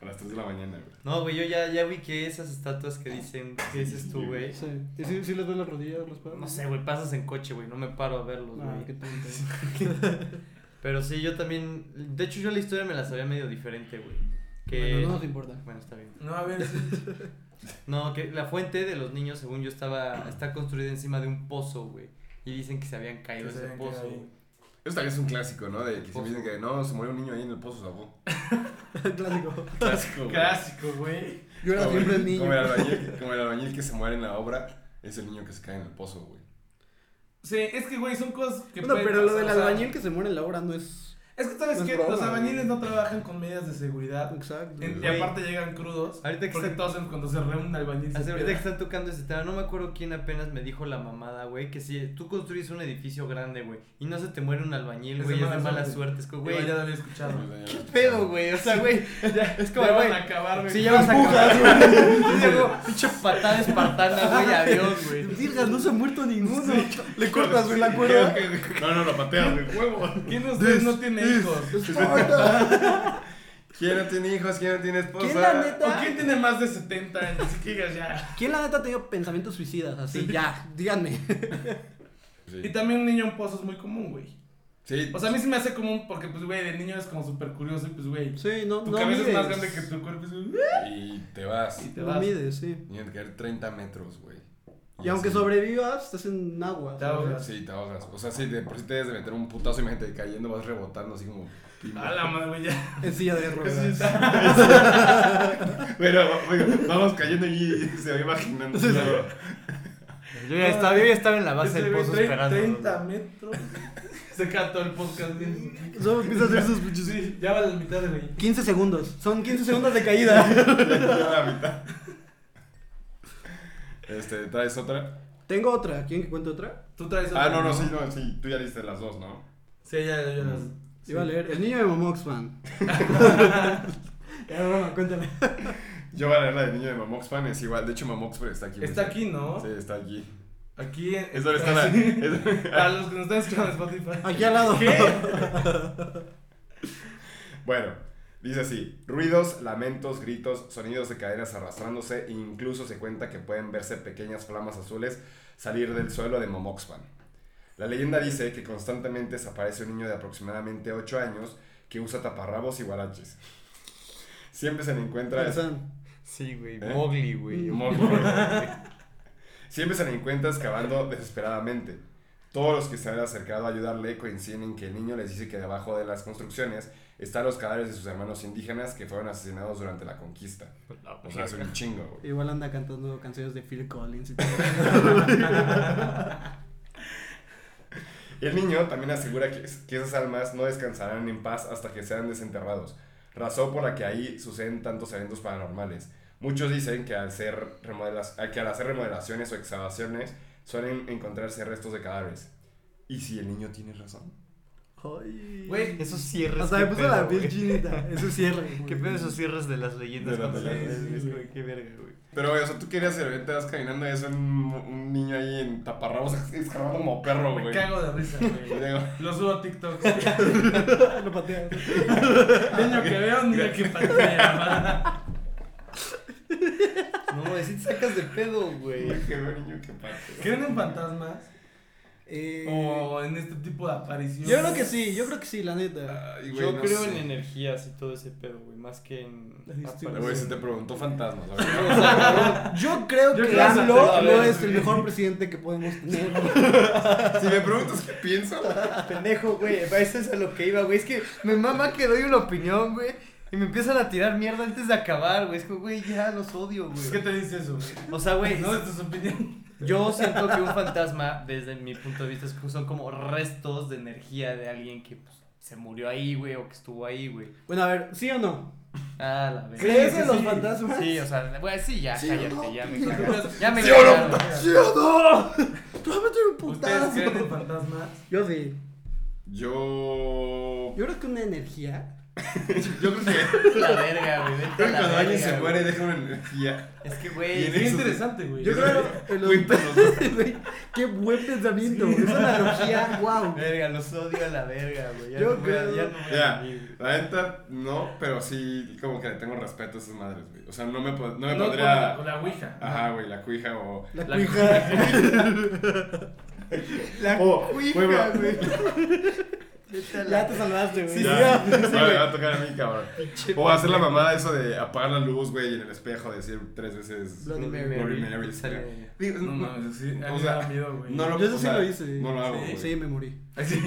Speaker 2: A las 3 de la mañana, güey.
Speaker 3: No, güey, yo ya, ya vi que esas estatuas que dicen, ¿qué dices tú, güey?
Speaker 4: Sí. ¿Y si, les ven las rodillas raspadas? Ah,
Speaker 3: No sé, güey, pasas en coche, güey, no me paro a verlos,
Speaker 1: Ah,
Speaker 3: güey. Pero sí, yo también, de hecho yo la historia me la sabía medio diferente, güey. Que...
Speaker 4: Bueno, no nos importa.
Speaker 3: Bueno, está bien.
Speaker 1: No, a ver, sí.
Speaker 3: No, que la fuente de los niños, según yo, estaba está construida encima de un pozo, güey. Y dicen que se habían caído
Speaker 1: Que se
Speaker 3: ese
Speaker 1: habían
Speaker 3: pozo,
Speaker 1: caído.
Speaker 3: güey.
Speaker 2: Eso también es un clásico, ¿no? De que
Speaker 3: Pozo.
Speaker 2: siempre dicen que no, se murió un niño ahí en el pozo, sabó.
Speaker 4: Clásico.
Speaker 2: Clásico, güey.
Speaker 1: clásico, güey.
Speaker 4: Yo era
Speaker 2: Como-
Speaker 4: siempre el niño.
Speaker 2: Ah, Como el, albañil, como el albañil que se muere en la obra, es el niño que se cae en el pozo, güey.
Speaker 1: Sí, es que, güey, son cosas que.
Speaker 4: Bueno,
Speaker 1: pueden
Speaker 4: pero lo
Speaker 1: pasar,
Speaker 4: del
Speaker 1: o sea,
Speaker 4: albañil que se muere en la obra no es
Speaker 1: Es que, ¿sabes
Speaker 4: no es
Speaker 1: qué? Los
Speaker 4: broma,
Speaker 1: albañiles
Speaker 4: güey.
Speaker 1: no trabajan con medidas de seguridad.
Speaker 4: exacto.
Speaker 1: En- y
Speaker 3: Güey.
Speaker 1: aparte llegan crudos.
Speaker 3: Ahorita que
Speaker 1: porque
Speaker 3: está-
Speaker 1: todos en- cuando se reúnen un albañil. se
Speaker 3: Hace ahorita que
Speaker 1: queda.
Speaker 3: están tocando ese tema, no me acuerdo quién apenas me dijo la mamada, güey, que si tú construyes un edificio grande, güey, y no se te muere un albañil,
Speaker 1: Es
Speaker 3: güey,
Speaker 1: de
Speaker 3: es de
Speaker 1: mala
Speaker 3: mala
Speaker 1: suerte.
Speaker 3: suerte, es como,
Speaker 1: Güey,
Speaker 3: güey,
Speaker 1: ya lo había escuchado.
Speaker 3: ¿qué pedo, güey? O sea, güey, es como,
Speaker 1: Ya
Speaker 3: güey,
Speaker 1: van a acabar, güey.
Speaker 3: si ya vas a acabar, güey. Sí, luego, pinche patada espartana, güey, adiós, güey.
Speaker 4: Virgas, no se ha muerto ninguno. Le cortas güey, la cuerda.
Speaker 2: No, no, lo pateas, güey, huevo.
Speaker 1: ¿Quién de ustedes no tiene hijos?
Speaker 4: Esparta.
Speaker 2: ¿Quién no tiene hijos? ¿Quién no tiene esposa?
Speaker 4: ¿Quién la neta?
Speaker 1: ¿O quién tiene más de 70 años? Que digas ya.
Speaker 4: ¿Quién la neta ha tenido pensamientos suicidas? Así, ya, díganme.
Speaker 1: Y
Speaker 2: Sí.
Speaker 1: también un niño en pozo es muy común, güey.
Speaker 2: Sí.
Speaker 1: O sea, a mí sí me hace común porque, pues, güey, de niño es como súper curioso y, pues, güey,
Speaker 4: Sí, no,
Speaker 1: tu
Speaker 4: no
Speaker 1: cabeza
Speaker 4: mides.
Speaker 1: es más grande que tu cuerpo. es-
Speaker 2: Y te vas.
Speaker 1: Y te
Speaker 4: No
Speaker 1: vas.
Speaker 4: mides, sí.
Speaker 2: Tienen que caer 30 metros, güey.
Speaker 4: Y aunque
Speaker 2: así-
Speaker 4: sobrevivas, estás en agua.
Speaker 1: Te ahogas.
Speaker 2: Sí, te ahogas. O sea, si de por si te debes de meter un putazo y gente cayendo, vas rebotando así como.
Speaker 1: A la madre, güey, ya.
Speaker 4: En silla de ruedas.
Speaker 2: Bueno, bueno, vamos cayendo y se va imaginando. Claro.
Speaker 3: Yo ya estaba, yo ya estaba en la base
Speaker 1: Ese
Speaker 3: del
Speaker 1: güey,
Speaker 3: pozo
Speaker 1: tre-
Speaker 3: esperando.
Speaker 1: 30 metros. Se queda todo el podcast bien.
Speaker 4: Solo empieza a hacer sus pinches-
Speaker 1: Sí, ya va la mitad, güey.
Speaker 4: 15 segundos. Son 15 segundos de caída.
Speaker 2: Ya a la mitad. Este, ¿traes otra?
Speaker 4: Tengo otra. ¿Quieren que cuente otra?
Speaker 1: Tú traes
Speaker 2: Ah,
Speaker 1: otra,
Speaker 2: no, no, sí, no, sí. Tú ya leíste las dos, ¿no?
Speaker 1: Sí, ya, ya, ya las- sí.
Speaker 4: Iba a leer. El niño de Momoxman. ya, broma, cuéntame.
Speaker 2: Yo voy a leer la del niño de Mamoxpan, es igual. De hecho, Mamoxpan está aquí. güey.
Speaker 1: Está aquí, ¿no?
Speaker 2: Sí, está aquí.
Speaker 1: Aquí. en-
Speaker 2: Es donde está la. es-
Speaker 1: Para los que nos están escuchando en Spotify.
Speaker 4: Aquí al lado.
Speaker 2: Bueno, dice así: ruidos, lamentos, gritos, sonidos de cadenas arrastrándose, e incluso se cuenta que pueden verse pequeñas flamas azules salir del suelo de Momoxpan. La leyenda dice que constantemente desaparece un niño de aproximadamente 8 años que usa taparrabos y guaraches. Siempre se le encuentra.
Speaker 4: Tarzán.
Speaker 3: Sí, güey,
Speaker 2: ¿Eh?
Speaker 3: Mowgli, güey.
Speaker 4: Mm.
Speaker 2: Siempre se le encuentra excavando desesperadamente. Todos los que se han acercado a ayudarle coinciden en que el niño les dice que debajo de las construcciones están los cadáveres de sus hermanos indígenas que fueron asesinados durante la conquista. O sea, es un chingo, güey.
Speaker 4: Igual anda cantando canciones de Phil Collins y todo.
Speaker 2: El niño también asegura que, que esas almas no descansarán en paz hasta que sean desenterrados, razón por la que ahí suceden tantos eventos paranormales. Muchos dicen que al, ser remodelas- a que al hacer remodelaciones o excavaciones suelen encontrarse restos de cadáveres. ¿Y si el niño tiene razón?
Speaker 4: Ay.
Speaker 3: Güey, esos cierres.
Speaker 4: Hasta
Speaker 3: qué
Speaker 4: me puso
Speaker 3: pedo,
Speaker 4: la
Speaker 3: güey.
Speaker 4: piel chinita. Eso cierre.
Speaker 3: Qué pedo esos cierres de las leyendas.
Speaker 2: De las
Speaker 3: cuando se-
Speaker 2: leyendas,
Speaker 3: es
Speaker 1: sí,
Speaker 3: como, Qué verga, güey.
Speaker 2: Pero, güey, o sea, tú querías ir, te vas caminando y es un, un niño ahí en taparrabos escarbando como perro,
Speaker 1: Me
Speaker 2: güey.
Speaker 1: cago de risa,
Speaker 2: Y
Speaker 1: güey.
Speaker 2: digo,
Speaker 1: Lo subo a TikTok.
Speaker 4: Lo patea.
Speaker 1: niño que veo, niño que patea, madre.
Speaker 3: No, así te sacas de pedo, güey.
Speaker 2: "Niño que veo, niño que patea".
Speaker 1: ¿Creen en fantasmas?
Speaker 4: Eh,
Speaker 1: O en este tipo de apariciones.
Speaker 4: Yo creo que sí, yo creo que sí, la neta.
Speaker 2: Ay, güey,
Speaker 3: Yo
Speaker 2: no
Speaker 3: creo
Speaker 2: sé.
Speaker 3: en energías y todo ese pedo, güey. Más que en.
Speaker 1: Ay, sí,
Speaker 3: apariciones.
Speaker 2: Güey, se te preguntó fantasmas. güey.
Speaker 4: Yo creo
Speaker 1: Yo creo
Speaker 4: que
Speaker 1: que
Speaker 4: AMLO
Speaker 1: a
Speaker 4: no
Speaker 1: ver,
Speaker 4: es el mejor presidente que podemos tener.
Speaker 2: si me preguntas qué pienso,
Speaker 3: Pendejo, güey, eso es a lo que iba, güey. Es que me mama que doy una opinión, güey. Y me empiezan a tirar mierda antes de acabar, güey. Es como, güey, ya los odio, güey.
Speaker 1: ¿Qué te dice eso?
Speaker 3: O sea, güey,
Speaker 1: No, esta es tu opinión.
Speaker 3: yo siento que un fantasma, desde mi punto de vista, es que son como restos de energía de alguien que pues, se murió ahí, güey, o que estuvo ahí, güey.
Speaker 4: Bueno, a ver, ¿sí o no?
Speaker 3: Ah, la verga.
Speaker 4: ¿Crees en
Speaker 1: sí,
Speaker 4: los
Speaker 1: sí.
Speaker 4: fantasmas?
Speaker 3: Sí, o sea, güey, sí, ya,
Speaker 4: Sí,
Speaker 3: cállate,
Speaker 4: no.
Speaker 3: ya me cagaron. Ya me
Speaker 2: Sí, o no,
Speaker 3: cagaron.
Speaker 4: ¿Sí o no? Tú vas a meter un
Speaker 1: ¿Ustedes creen en
Speaker 4: putazo.
Speaker 1: fantasmas?
Speaker 4: Yo sí.
Speaker 2: yo.
Speaker 4: Yo creo que una energía.
Speaker 2: Yo creo que.
Speaker 3: La verga, güey. vete a
Speaker 2: Creo que
Speaker 3: la
Speaker 2: cuando alguien
Speaker 3: verga,
Speaker 2: se
Speaker 3: güey.
Speaker 2: muere, deja una energía.
Speaker 3: Es que,
Speaker 2: Y en
Speaker 3: güey.
Speaker 1: Qué
Speaker 2: eso-
Speaker 1: interesante, güey.
Speaker 4: Yo creo que los...
Speaker 2: Cuéntanos.
Speaker 4: Güey, Qué buen pensamiento. Es una analogía, wow.
Speaker 3: Verga, los odio a la verga, güey. Ya
Speaker 4: Yo
Speaker 3: no voy a-
Speaker 4: creo-
Speaker 3: ya no voy a
Speaker 2: Ya.
Speaker 3: venir, güey.
Speaker 2: La neta, no, pero sí, como que le tengo respeto a esas madres, güey. O sea, no me, pod- no me
Speaker 1: No, con la,
Speaker 2: podría.
Speaker 1: con la ouija.
Speaker 2: Ajá, güey, la cuija o.
Speaker 4: La
Speaker 1: La
Speaker 4: cuija.
Speaker 3: La
Speaker 2: Oh, güey,
Speaker 3: cuija,
Speaker 2: va-
Speaker 3: güey. Vete a la-
Speaker 4: Ya te salvaste, güey.
Speaker 3: Sí,
Speaker 2: Ya,
Speaker 4: Ya.
Speaker 2: vale, me va a tocar a mí, cabrón. O hacer la mamada eso de apagar la luz, güey, en el espejo, decir tres veces
Speaker 4: Bloody Mary.
Speaker 2: Bloody Mary,
Speaker 3: Sale-
Speaker 2: sí. Digo,
Speaker 1: No, no, eso sí. A
Speaker 2: o
Speaker 1: mí me
Speaker 2: sea,
Speaker 1: da miedo, güey.
Speaker 2: no lo-
Speaker 4: Yo eso
Speaker 2: o
Speaker 4: sí
Speaker 2: sea,
Speaker 4: lo hice.
Speaker 2: No lo hago, güey.
Speaker 4: Sí, me morí.
Speaker 1: Ay, sí.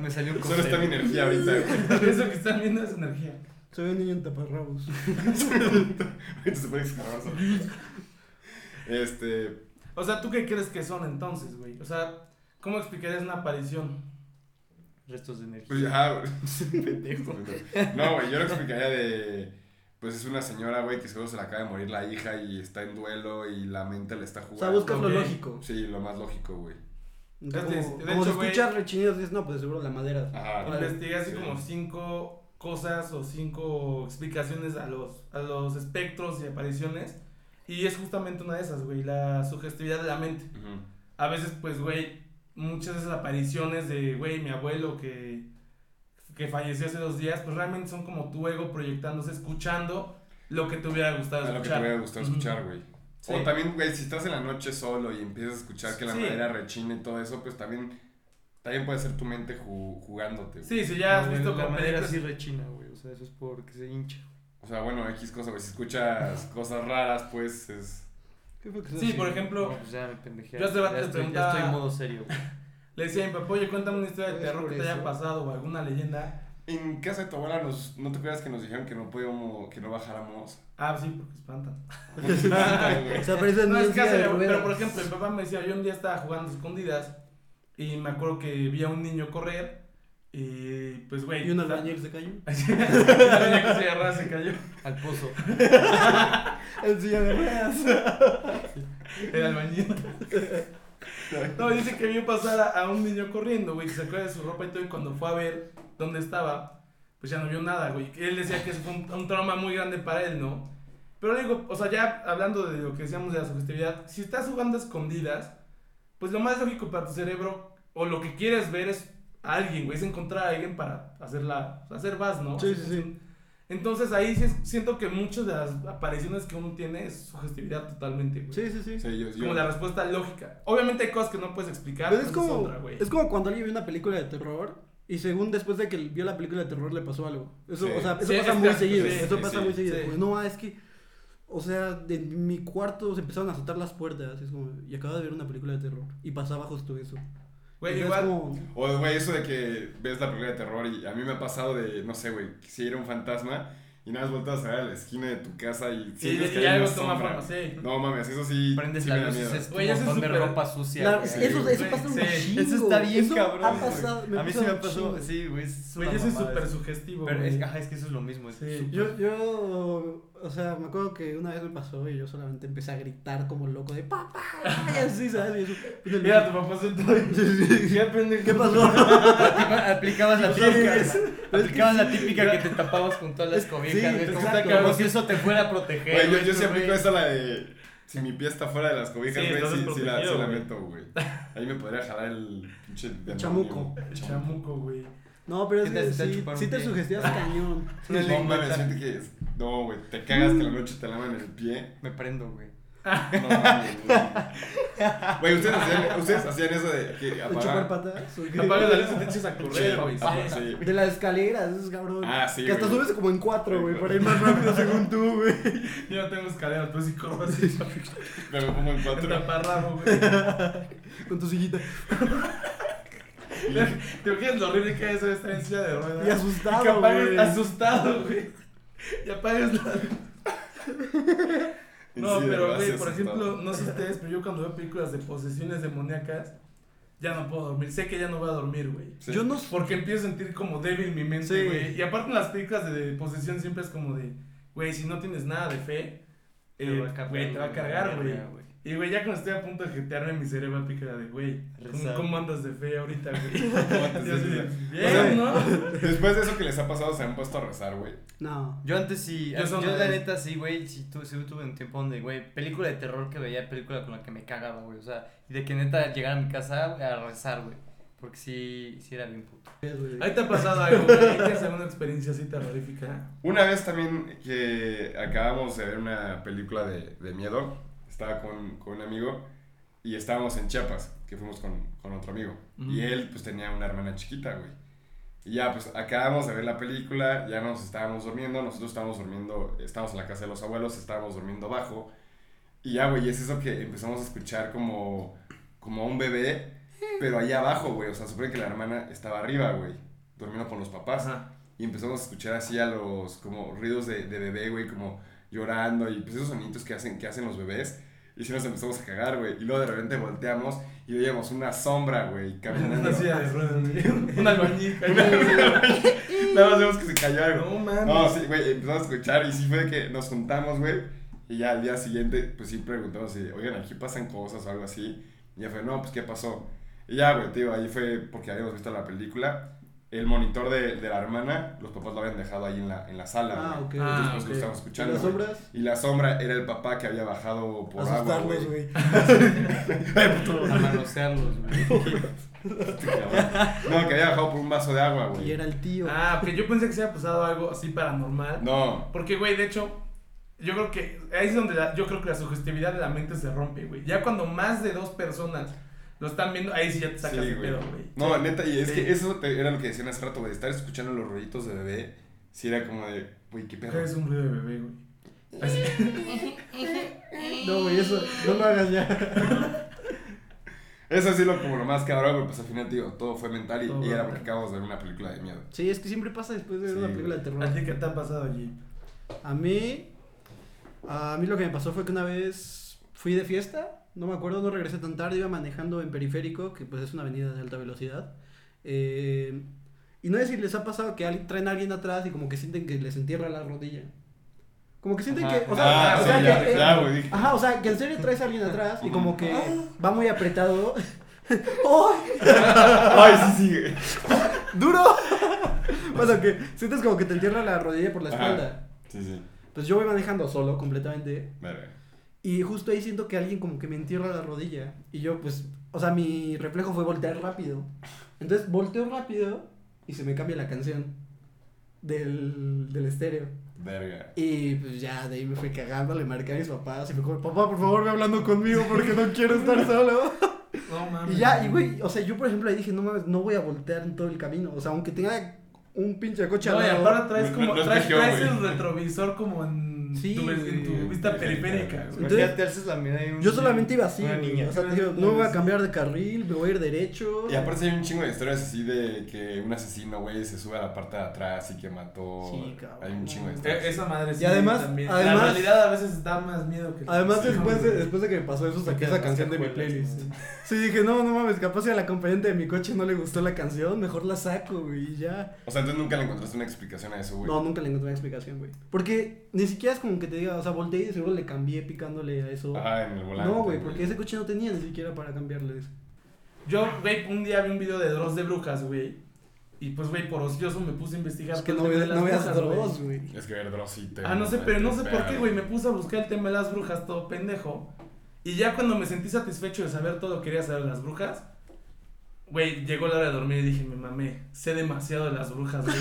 Speaker 3: Me salió un
Speaker 2: Solo está mi
Speaker 3: cóctel.
Speaker 2: energía ahorita, güey.
Speaker 1: Eso que están viendo es energía.
Speaker 4: Soy un niño en taparrabos.
Speaker 2: Ahorita se puede descargar solo. Este.
Speaker 1: O sea, ¿tú qué crees que son entonces, güey? O sea, ¿cómo explicarías una aparición?
Speaker 3: Restos de energía.
Speaker 2: Pues ya, güey.
Speaker 3: Pendejo.
Speaker 2: No, güey, yo lo explicaría de. Pues es una señora, güey, que seguro se le acaba de morir la hija y está en duelo y la mente le está
Speaker 4: O sea,
Speaker 2: jugando.
Speaker 4: buscas lo
Speaker 1: Ok.
Speaker 4: lógico.
Speaker 2: Sí, lo más lógico, güey.
Speaker 1: de-
Speaker 4: Entonces,
Speaker 1: de
Speaker 4: como
Speaker 1: hecho,
Speaker 4: como si
Speaker 1: güey-
Speaker 4: escuchas rechinidos, dices, no, pues seguro la madera.
Speaker 2: Ajá.
Speaker 4: Órale.
Speaker 1: Investigué así
Speaker 2: Sí.
Speaker 1: como cinco cosas o cinco explicaciones a los, a los espectros y apariciones. Y es justamente una de esas, güey, la sugestividad de la mente.
Speaker 2: Ujú.
Speaker 1: A veces, pues, güey, muchas de esas apariciones de, güey, mi abuelo que, que falleció hace dos días, pues realmente son como tu ego proyectándose, escuchando lo que te hubiera gustado
Speaker 2: A lo que te
Speaker 1: escuchar.
Speaker 2: hubiera gustado
Speaker 1: Ujú.
Speaker 2: escuchar, güey.
Speaker 1: Sí.
Speaker 2: O también, güey, si estás en la noche solo y empiezas a escuchar que la
Speaker 1: Sí.
Speaker 2: madera rechina y todo eso, pues también, también puede ser tu mente ju- jugándote. güey.
Speaker 1: Sí, si ya has
Speaker 3: No, güey,
Speaker 1: visto
Speaker 3: la
Speaker 1: con
Speaker 3: madera
Speaker 1: películas-
Speaker 3: sí rechina, güey. O sea, eso es porque se hincha.
Speaker 2: O sea, bueno, X cosa, güey. Si escuchas cosas raras, pues es.
Speaker 4: ¿Qué fue que se
Speaker 1: Sí,
Speaker 4: hace?
Speaker 1: por ejemplo,
Speaker 3: No, pues ya me pendejé.
Speaker 1: yo hace rato
Speaker 3: ya
Speaker 1: te
Speaker 3: estoy, ya
Speaker 1: preguntaba-
Speaker 3: estoy en modo serio, güey.
Speaker 1: le decía a mi papá, oye, cuéntame una historia de
Speaker 4: Es
Speaker 1: terror
Speaker 4: por
Speaker 1: que te haya
Speaker 4: eso.
Speaker 1: pasado o alguna leyenda.
Speaker 2: En casa de tu abuela, nos, ¿no te acuerdas que nos dijeron que no podíamos, que no bajáramos?
Speaker 1: Ah, sí, porque espantan.
Speaker 4: O sea, parece
Speaker 1: No, es que hace-
Speaker 4: de
Speaker 1: pero
Speaker 4: ruedas.
Speaker 1: por ejemplo, mi papá me decía, yo un día estaba jugando escondidas y me acuerdo que vi a un niño correr y pues güey.
Speaker 4: Y un
Speaker 1: la-
Speaker 4: albañil se cayó.
Speaker 1: Y una araña que se agarraba se cayó.
Speaker 3: Al pozo.
Speaker 4: En silla de ruedas.
Speaker 1: El albañil. No, dice que vio pasar a, a un niño corriendo, güey, que sacó de su ropa y todo y cuando fue a ver dónde estaba, pues ya no vio nada, güey. Él decía que eso fue un, un trauma muy grande para él, ¿no? Pero digo, o sea, ya hablando de lo que decíamos de la sugestividad, si estás jugando a escondidas, pues lo más lógico para tu cerebro, o lo que quieres ver es a alguien, güey, es encontrar a alguien para hacerla, hacer vas, ¿no?
Speaker 4: Sí, sí, sí.
Speaker 1: Entonces ahí sí es- siento que muchas de las apariciones que uno tiene es sugestividad totalmente, güey.
Speaker 4: Sí, sí, sí.
Speaker 2: Sí, yo,
Speaker 1: Es
Speaker 2: yo-
Speaker 1: Como la respuesta lógica. Obviamente hay cosas que no puedes explicar.
Speaker 4: Pero es
Speaker 1: pues,
Speaker 4: como,
Speaker 1: otra, güey.
Speaker 4: es como cuando alguien vio una película de terror y según después de que vio la película de terror le pasó algo. Eso,
Speaker 2: Sí.
Speaker 4: o sea, eso
Speaker 1: Sí,
Speaker 4: pasa
Speaker 1: exacto,
Speaker 4: muy seguido.
Speaker 1: sí,
Speaker 4: eso
Speaker 2: sí,
Speaker 4: pasa
Speaker 2: sí,
Speaker 4: muy seguido.
Speaker 1: sí.
Speaker 4: Pues, no, ah, es que, o sea, en mi cuarto se empezaron a azotar las puertas. Es como, y acabo de ver una película de terror. Y pasaba justo eso.
Speaker 1: Güey,
Speaker 4: Y es
Speaker 1: igual.
Speaker 4: como-
Speaker 2: O, güey, eso de que ves la película de terror y a mí me ha pasado de, no sé, güey, que si era un fantasma y nada más volteas a ver a la esquina de tu casa y
Speaker 1: Sí,
Speaker 2: sientes
Speaker 1: y
Speaker 2: que hay
Speaker 1: algo
Speaker 2: una
Speaker 1: toma
Speaker 2: sombra.
Speaker 1: forma, sí.
Speaker 2: No mames, eso sí.
Speaker 3: Prendes
Speaker 2: sí
Speaker 3: la
Speaker 2: me da
Speaker 3: luz y
Speaker 2: miedo.
Speaker 3: dices un
Speaker 1: Oye, eso es
Speaker 3: montón de
Speaker 1: súper-
Speaker 3: ropa sucia.
Speaker 4: Claro,
Speaker 3: güey.
Speaker 4: eso,
Speaker 2: sí,
Speaker 4: eso
Speaker 1: güey.
Speaker 4: pasa un
Speaker 1: Sí,
Speaker 4: chingo.
Speaker 3: Eso está bien,
Speaker 4: Eso
Speaker 3: cabrón.
Speaker 4: Ha
Speaker 3: güey.
Speaker 4: pasado, me
Speaker 3: a mí
Speaker 4: pasa
Speaker 3: sí me
Speaker 4: un
Speaker 3: pasó.
Speaker 4: chingo.
Speaker 3: Sí, güey. es
Speaker 1: Güey,
Speaker 3: una
Speaker 1: eso es
Speaker 3: mamada
Speaker 1: súper
Speaker 3: eso.
Speaker 1: sugestivo.
Speaker 3: Pero ah,
Speaker 1: güey.
Speaker 3: es, ajá, es que eso es lo mismo. es
Speaker 1: Sí.
Speaker 3: súper-
Speaker 4: Yo, yo O sea, me acuerdo que una vez me pasó y yo solamente empecé a gritar como loco de papá. Y así, ¿sabes? Y eso, pues, el-
Speaker 1: Mira, tu papá sentado ahí. ¿Qué pendejo?
Speaker 4: ¿Qué pasó?
Speaker 3: Aplicaba- Aplicabas la
Speaker 4: Los Oscars.
Speaker 3: típica. Aplicabas la típica que te tapabas con todas las
Speaker 4: Sí,
Speaker 3: cobijas. güey, como,
Speaker 1: exacto.
Speaker 3: como si eso te fuera a proteger.
Speaker 2: Güey, yo,
Speaker 3: güey,
Speaker 2: yo sí
Speaker 3: güey.
Speaker 2: aplico esa la de. Si mi pie está fuera de las cobijas,
Speaker 1: Sí,
Speaker 2: güey,
Speaker 1: estás
Speaker 2: sí, sí, la,
Speaker 1: desprotegido,
Speaker 2: sí la
Speaker 1: güey.
Speaker 2: meto, güey. Ahí me podría jalar el pinche. demonio.
Speaker 4: Chamuco.
Speaker 1: El chamuco, güey.
Speaker 4: No, pero es
Speaker 3: ¿Qué tal
Speaker 4: que
Speaker 3: si te
Speaker 4: sí,
Speaker 3: chuparon
Speaker 4: sí te
Speaker 3: pie?
Speaker 4: sugestionas cañón.
Speaker 2: No,
Speaker 3: Sí,
Speaker 2: mames,
Speaker 3: neta.
Speaker 2: siente que es- No, güey, te cagas que la noche te lavan el pie.
Speaker 3: Me prendo, güey.
Speaker 2: No, mames, güey. Güey, ustedes hacían, ustedes hacían eso de que
Speaker 4: De chupar
Speaker 2: apagar.
Speaker 4: patas. o qué?
Speaker 1: Apagas la luz y te echas a correr,
Speaker 2: Sí,
Speaker 1: güey. sí.
Speaker 2: ah, sí.
Speaker 4: De las escaleras, esos cabrón.
Speaker 2: Ah, sí,
Speaker 4: Que hasta
Speaker 2: güey.
Speaker 4: subes como en cuatro, güey, para ir más rápido según tú, güey.
Speaker 1: Yo no tengo escaleras, pero sí corro así.
Speaker 2: Me lo pongo en cuatro.
Speaker 1: Taparrabo, güey.
Speaker 4: Con tu sillita.
Speaker 1: ¿Te imaginas lo horrible que es estar en silla de ruedas?
Speaker 4: Y asustado,
Speaker 1: Y Ah, que apagues-
Speaker 4: güey.
Speaker 1: asustado, güey. Y apagas la luz.
Speaker 2: Y
Speaker 1: No,
Speaker 2: sí, de
Speaker 1: pero
Speaker 2: verdad, sí
Speaker 1: güey, por
Speaker 2: asustaba.
Speaker 1: ejemplo, no sé ustedes, pero yo cuando veo películas de posesiones demoníacas, ya no puedo dormir. Sé que ya no voy a dormir, güey.
Speaker 2: Sí.
Speaker 4: Yo no
Speaker 1: Porque empiezo a sentir como débil mi mente,
Speaker 4: Sí.
Speaker 1: güey. Y aparte en las películas de posesión siempre es como de, güey, si no tienes nada de fe, eh,
Speaker 3: Me
Speaker 1: güey,
Speaker 3: va a cargar,
Speaker 1: te va a
Speaker 3: güey,
Speaker 1: cargar,
Speaker 3: me
Speaker 1: güey.
Speaker 3: va a cargar,
Speaker 1: Y güey, ya cuando estoy a punto de jetearme, mi cerebro pica la de, güey, ¿cómo,
Speaker 3: Rezar.
Speaker 1: cómo andas de fe ahorita, güey?
Speaker 2: ¿Cómo antes
Speaker 1: Y así
Speaker 2: de
Speaker 1: de,
Speaker 2: eso?
Speaker 1: bien, ¿no?
Speaker 2: Después de eso que les ha pasado, se han puesto a rezar, güey.
Speaker 4: No.
Speaker 3: Yo antes sí,
Speaker 1: Yo
Speaker 3: yo,
Speaker 1: son-
Speaker 3: la neta sí, güey, sí, tu, sí tuve un tiempo donde, güey, película de terror que veía, película con la que me cagaba, güey, o sea, y de que neta llegara a mi casa güey, a rezar, güey, porque sí, sí era bien puto.
Speaker 1: Ahí te ha pasado algo, güey. Ahí ¿Tienes alguna experiencia así terrorífica?
Speaker 2: Una vez también que acabamos de ver una película de, de miedo, estaba con, con un amigo y estábamos en Chiapas, que fuimos con, con otro amigo. Y
Speaker 1: Ujú.
Speaker 2: él pues tenía una hermana chiquita, güey. Y ya pues acabamos de ver la película, ya nos estábamos durmiendo, nosotros estábamos durmiendo, estábamos en la casa de los abuelos, estábamos durmiendo abajo. Y ya, güey, es eso que empezamos a escuchar como, como a un bebé, pero allá abajo, güey. O sea, supone que la hermana estaba arriba, güey, durmiendo con los papás.
Speaker 1: Ajá.
Speaker 2: Y empezamos a escuchar así a los como ruidos de, de bebé, güey, como llorando y pues esos sonidos que hacen, que hacen los bebés. Y sí nos empezamos a cagar, güey. Y luego de repente volteamos y veíamos una sombra, güey, caminando.
Speaker 1: Una silla de ruedas, güey. Un albañil.
Speaker 2: Nada más vemos que se cayó algo.
Speaker 1: No mames.
Speaker 2: No, sí, güey, empezamos a escuchar y sí fue de que nos juntamos, güey. Y ya al día siguiente, pues sí preguntamos si, oigan, aquí pasan cosas o algo así. Y ya fue, no, pues qué pasó. Y ya, güey, tío, ahí fue porque habíamos visto la película. El monitor de, de la hermana, los papás lo habían dejado ahí en la, en la sala.
Speaker 4: Ah,
Speaker 2: güey.
Speaker 4: ok.
Speaker 1: Ah,
Speaker 2: Entonces, pues, lo
Speaker 1: ok.
Speaker 2: estábamos
Speaker 4: ¿Y
Speaker 2: escuchando.
Speaker 4: las
Speaker 2: güey.
Speaker 4: sombras?
Speaker 2: Y la sombra era el papá que había bajado por agua.
Speaker 4: Asustarlos,
Speaker 2: güey.
Speaker 4: güey.
Speaker 3: A manosearlos, güey.
Speaker 2: No, que había bajado por un vaso de agua,
Speaker 4: Y
Speaker 2: güey.
Speaker 4: era el tío.
Speaker 1: Ah, porque yo pensé que se había pasado algo así paranormal.
Speaker 2: No,
Speaker 1: Porque, güey, de hecho, yo creo que ahí es donde la- yo creo que la sugestividad de la mente se rompe, güey. Ya cuando más de dos personas lo están viendo, ahí sí ya te sacas
Speaker 2: Sí,
Speaker 1: de
Speaker 2: güey.
Speaker 1: pedo, güey.
Speaker 2: No, neta, y es
Speaker 1: Sí.
Speaker 2: que eso te- era lo que decían hace rato, güey. Estar escuchando los rollitos de bebé, sí era como de, güey, qué pedo.
Speaker 1: Es un ruido de bebé, güey. Así.
Speaker 4: No, güey, eso. No lo hagas ya.
Speaker 2: Eso sí lo como lo más cabrón, güey. Pues al final, digo, todo fue mental y,
Speaker 1: Todo
Speaker 2: y era
Speaker 1: mental.
Speaker 2: porque acabamos de ver una película de miedo.
Speaker 4: Sí, es que siempre pasa después de ver
Speaker 2: Sí,
Speaker 4: una película de
Speaker 1: ¿A ti
Speaker 4: terror.
Speaker 1: qué te ha pasado allí?
Speaker 4: A mí. A mí lo que me pasó fue que una vez fui de fiesta. No me acuerdo, no regresé tan tarde. Iba manejando en periférico, que pues es una avenida de alta velocidad. Eh, y no sé si les ha pasado que alguien- traen a alguien atrás y como que sienten que les entierra la rodilla. Como que sienten
Speaker 3: Ajá.
Speaker 4: que. O sea,
Speaker 2: ah,
Speaker 4: o
Speaker 2: sí,
Speaker 4: sea,
Speaker 2: ya,
Speaker 4: que-
Speaker 2: ya, güey. dije,
Speaker 4: Ajá, o sea, que en serio traes a alguien atrás y como que va muy apretado. ¡Ay!
Speaker 2: Ay, sí, sí, güey.
Speaker 4: ¡Duro! Bueno, que sientes como que te entierra la rodilla por la
Speaker 2: Ajá.
Speaker 4: espalda.
Speaker 2: Sí, sí.
Speaker 4: Pues yo voy manejando solo completamente
Speaker 2: Verga.
Speaker 4: y justo ahí siento que alguien como que me entierra la rodilla y yo pues, o sea, mi reflejo fue voltear rápido. Entonces volteo rápido y se me cambia la canción del, del estéreo.
Speaker 2: Verga.
Speaker 4: Y pues ya de ahí me fui cagando, le marqué a mis papás y me dijo, papá, por favor, ve hablando conmigo porque no quiero estar solo.
Speaker 1: No mames.
Speaker 4: Y ya, y güey, o sea, yo por ejemplo ahí dije, no mames, no voy a voltear en todo el camino. O sea, aunque tenga un pinche coche
Speaker 1: No,
Speaker 4: al
Speaker 1: y
Speaker 4: lado.
Speaker 1: ahora traes
Speaker 2: No,
Speaker 1: como.
Speaker 2: no, no es
Speaker 1: traes
Speaker 2: región,
Speaker 1: traes
Speaker 2: güey.
Speaker 1: el retrovisor como en,
Speaker 4: Sí,
Speaker 1: tu, ves- en tu
Speaker 4: güey.
Speaker 1: vista
Speaker 2: Sí,
Speaker 1: periférica,
Speaker 2: sí,
Speaker 1: güey.
Speaker 4: Entonces-
Speaker 3: Ya te alzas la mirada y un-
Speaker 4: Yo solamente iba así,
Speaker 3: una
Speaker 4: güey.
Speaker 3: niña.
Speaker 4: O sea, te digo, no voy a cambiar de carril, me voy a ir derecho.
Speaker 2: Y aparte hay un chingo de historias así de que un asesino, güey, se sube a la parte de atrás y que mató.
Speaker 4: Sí, cabrón.
Speaker 2: Hay un chingo de
Speaker 1: E-
Speaker 2: historias.
Speaker 1: Esa madre sí.
Speaker 4: Y además-
Speaker 1: también.
Speaker 4: además-
Speaker 1: la realidad a veces da más miedo que.
Speaker 4: Además,
Speaker 1: Sí,
Speaker 4: después, de,
Speaker 1: güey.
Speaker 4: después de que me pasó eso, saqué esa
Speaker 3: Las
Speaker 4: canción de mi
Speaker 3: cajuelas,
Speaker 4: playlist.
Speaker 3: ¿no?
Speaker 4: Sí, dije, no, no mames, capaz si al acompañante de mi coche no le gustó la canción, mejor la saco, güey, y ya.
Speaker 2: O sea, entonces nunca le encontraste una explicación a eso, güey.
Speaker 4: No, nunca le encontré una explicación, güey. Porque ni siquiera es como que te diga, o sea, volteé y de seguro le cambié picándole a eso.
Speaker 2: Ajá, en el Ah, volante.
Speaker 4: no, güey, porque ese coche no tenía ni siquiera para cambiarle eso.
Speaker 1: Yo, güey, un día vi un video de Dross de Brujas, güey. Y pues, güey, por ocioso me puse a investigar.
Speaker 4: Es que
Speaker 1: todo
Speaker 4: no,
Speaker 1: el tema
Speaker 4: ve-
Speaker 1: de las
Speaker 4: no veas
Speaker 1: brujas, güey.
Speaker 4: Dross, güey.
Speaker 2: Es que ver Dross sí te-
Speaker 1: Ah, no sé, pero no sé
Speaker 2: te
Speaker 1: por qué,
Speaker 2: pega.
Speaker 1: güey. Me puse a buscar el tema de las brujas, todo pendejo. Y ya cuando me sentí satisfecho de saber todo lo que quería saber de las brujas, güey, llegó la hora de dormir y dije, me mamé, sé demasiado de las brujas, güey.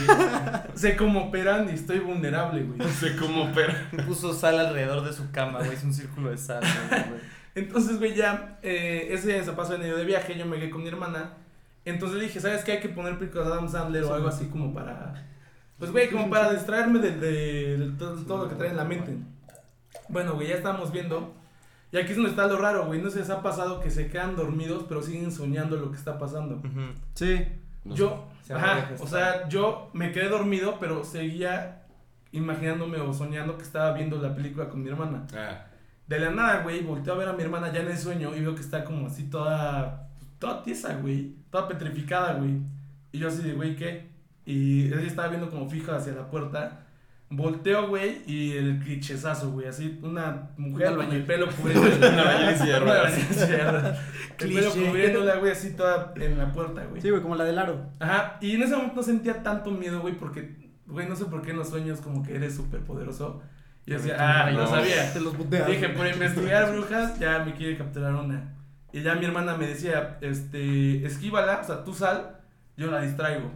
Speaker 1: sé cómo operan y estoy vulnerable, güey.
Speaker 2: No sé cómo, pero.
Speaker 3: Puso sal alrededor de su cama, güey. Es un círculo de sal, güey.
Speaker 1: Entonces, güey, ya eh, ese día se pasó en medio de viaje, yo me quedé con mi hermana. Entonces le dije, ¿sabes qué? Hay que poner películas de Adam Sandler o algo así como para... Pues, güey, como para distraerme de, de- de todo, todo lo que trae en la mente. Bueno, güey, ya estamos viendo. Y aquí es donde está lo raro, güey. No se les ha pasado que se quedan dormidos, pero siguen soñando lo que está pasando.
Speaker 3: Ujú.
Speaker 4: Sí.
Speaker 1: Yo,
Speaker 3: Se
Speaker 1: ajá,
Speaker 3: abre esta.
Speaker 1: o sea, yo me quedé dormido, pero seguía imaginándome o soñando que estaba viendo la película con mi hermana.
Speaker 2: Ah,
Speaker 1: De la nada, güey, volteo a ver a mi hermana ya en el sueño y veo que está como así toda. toda tiesa, güey. Toda petrificada, güey. Y yo así de, güey, ¿qué? Y ella estaba viendo como fija hacia la puerta. Volteo, güey, y el clichezazo, güey. Así, una mujer
Speaker 4: Un
Speaker 1: con el
Speaker 4: albañil.
Speaker 1: pelo cubriendo.
Speaker 2: Una albañil en silla de ruedas.
Speaker 1: El pelo
Speaker 4: Cliché.
Speaker 1: cubriéndola, güey, así toda en la puerta, güey.
Speaker 4: Sí, güey, como la del aro.
Speaker 1: Ajá, y en ese momento sentía tanto miedo, güey, porque, güey, no sé por qué en los sueños como que eres súper poderoso. Y yo decía, ah, lo
Speaker 2: No.
Speaker 1: sabía.
Speaker 4: Te los buteas.
Speaker 1: Dije,
Speaker 4: güey.
Speaker 1: por investigar brujas, ya me quiere capturar una. Y ya mi hermana me decía, este, esquívala, o sea, tú sal, yo la distraigo.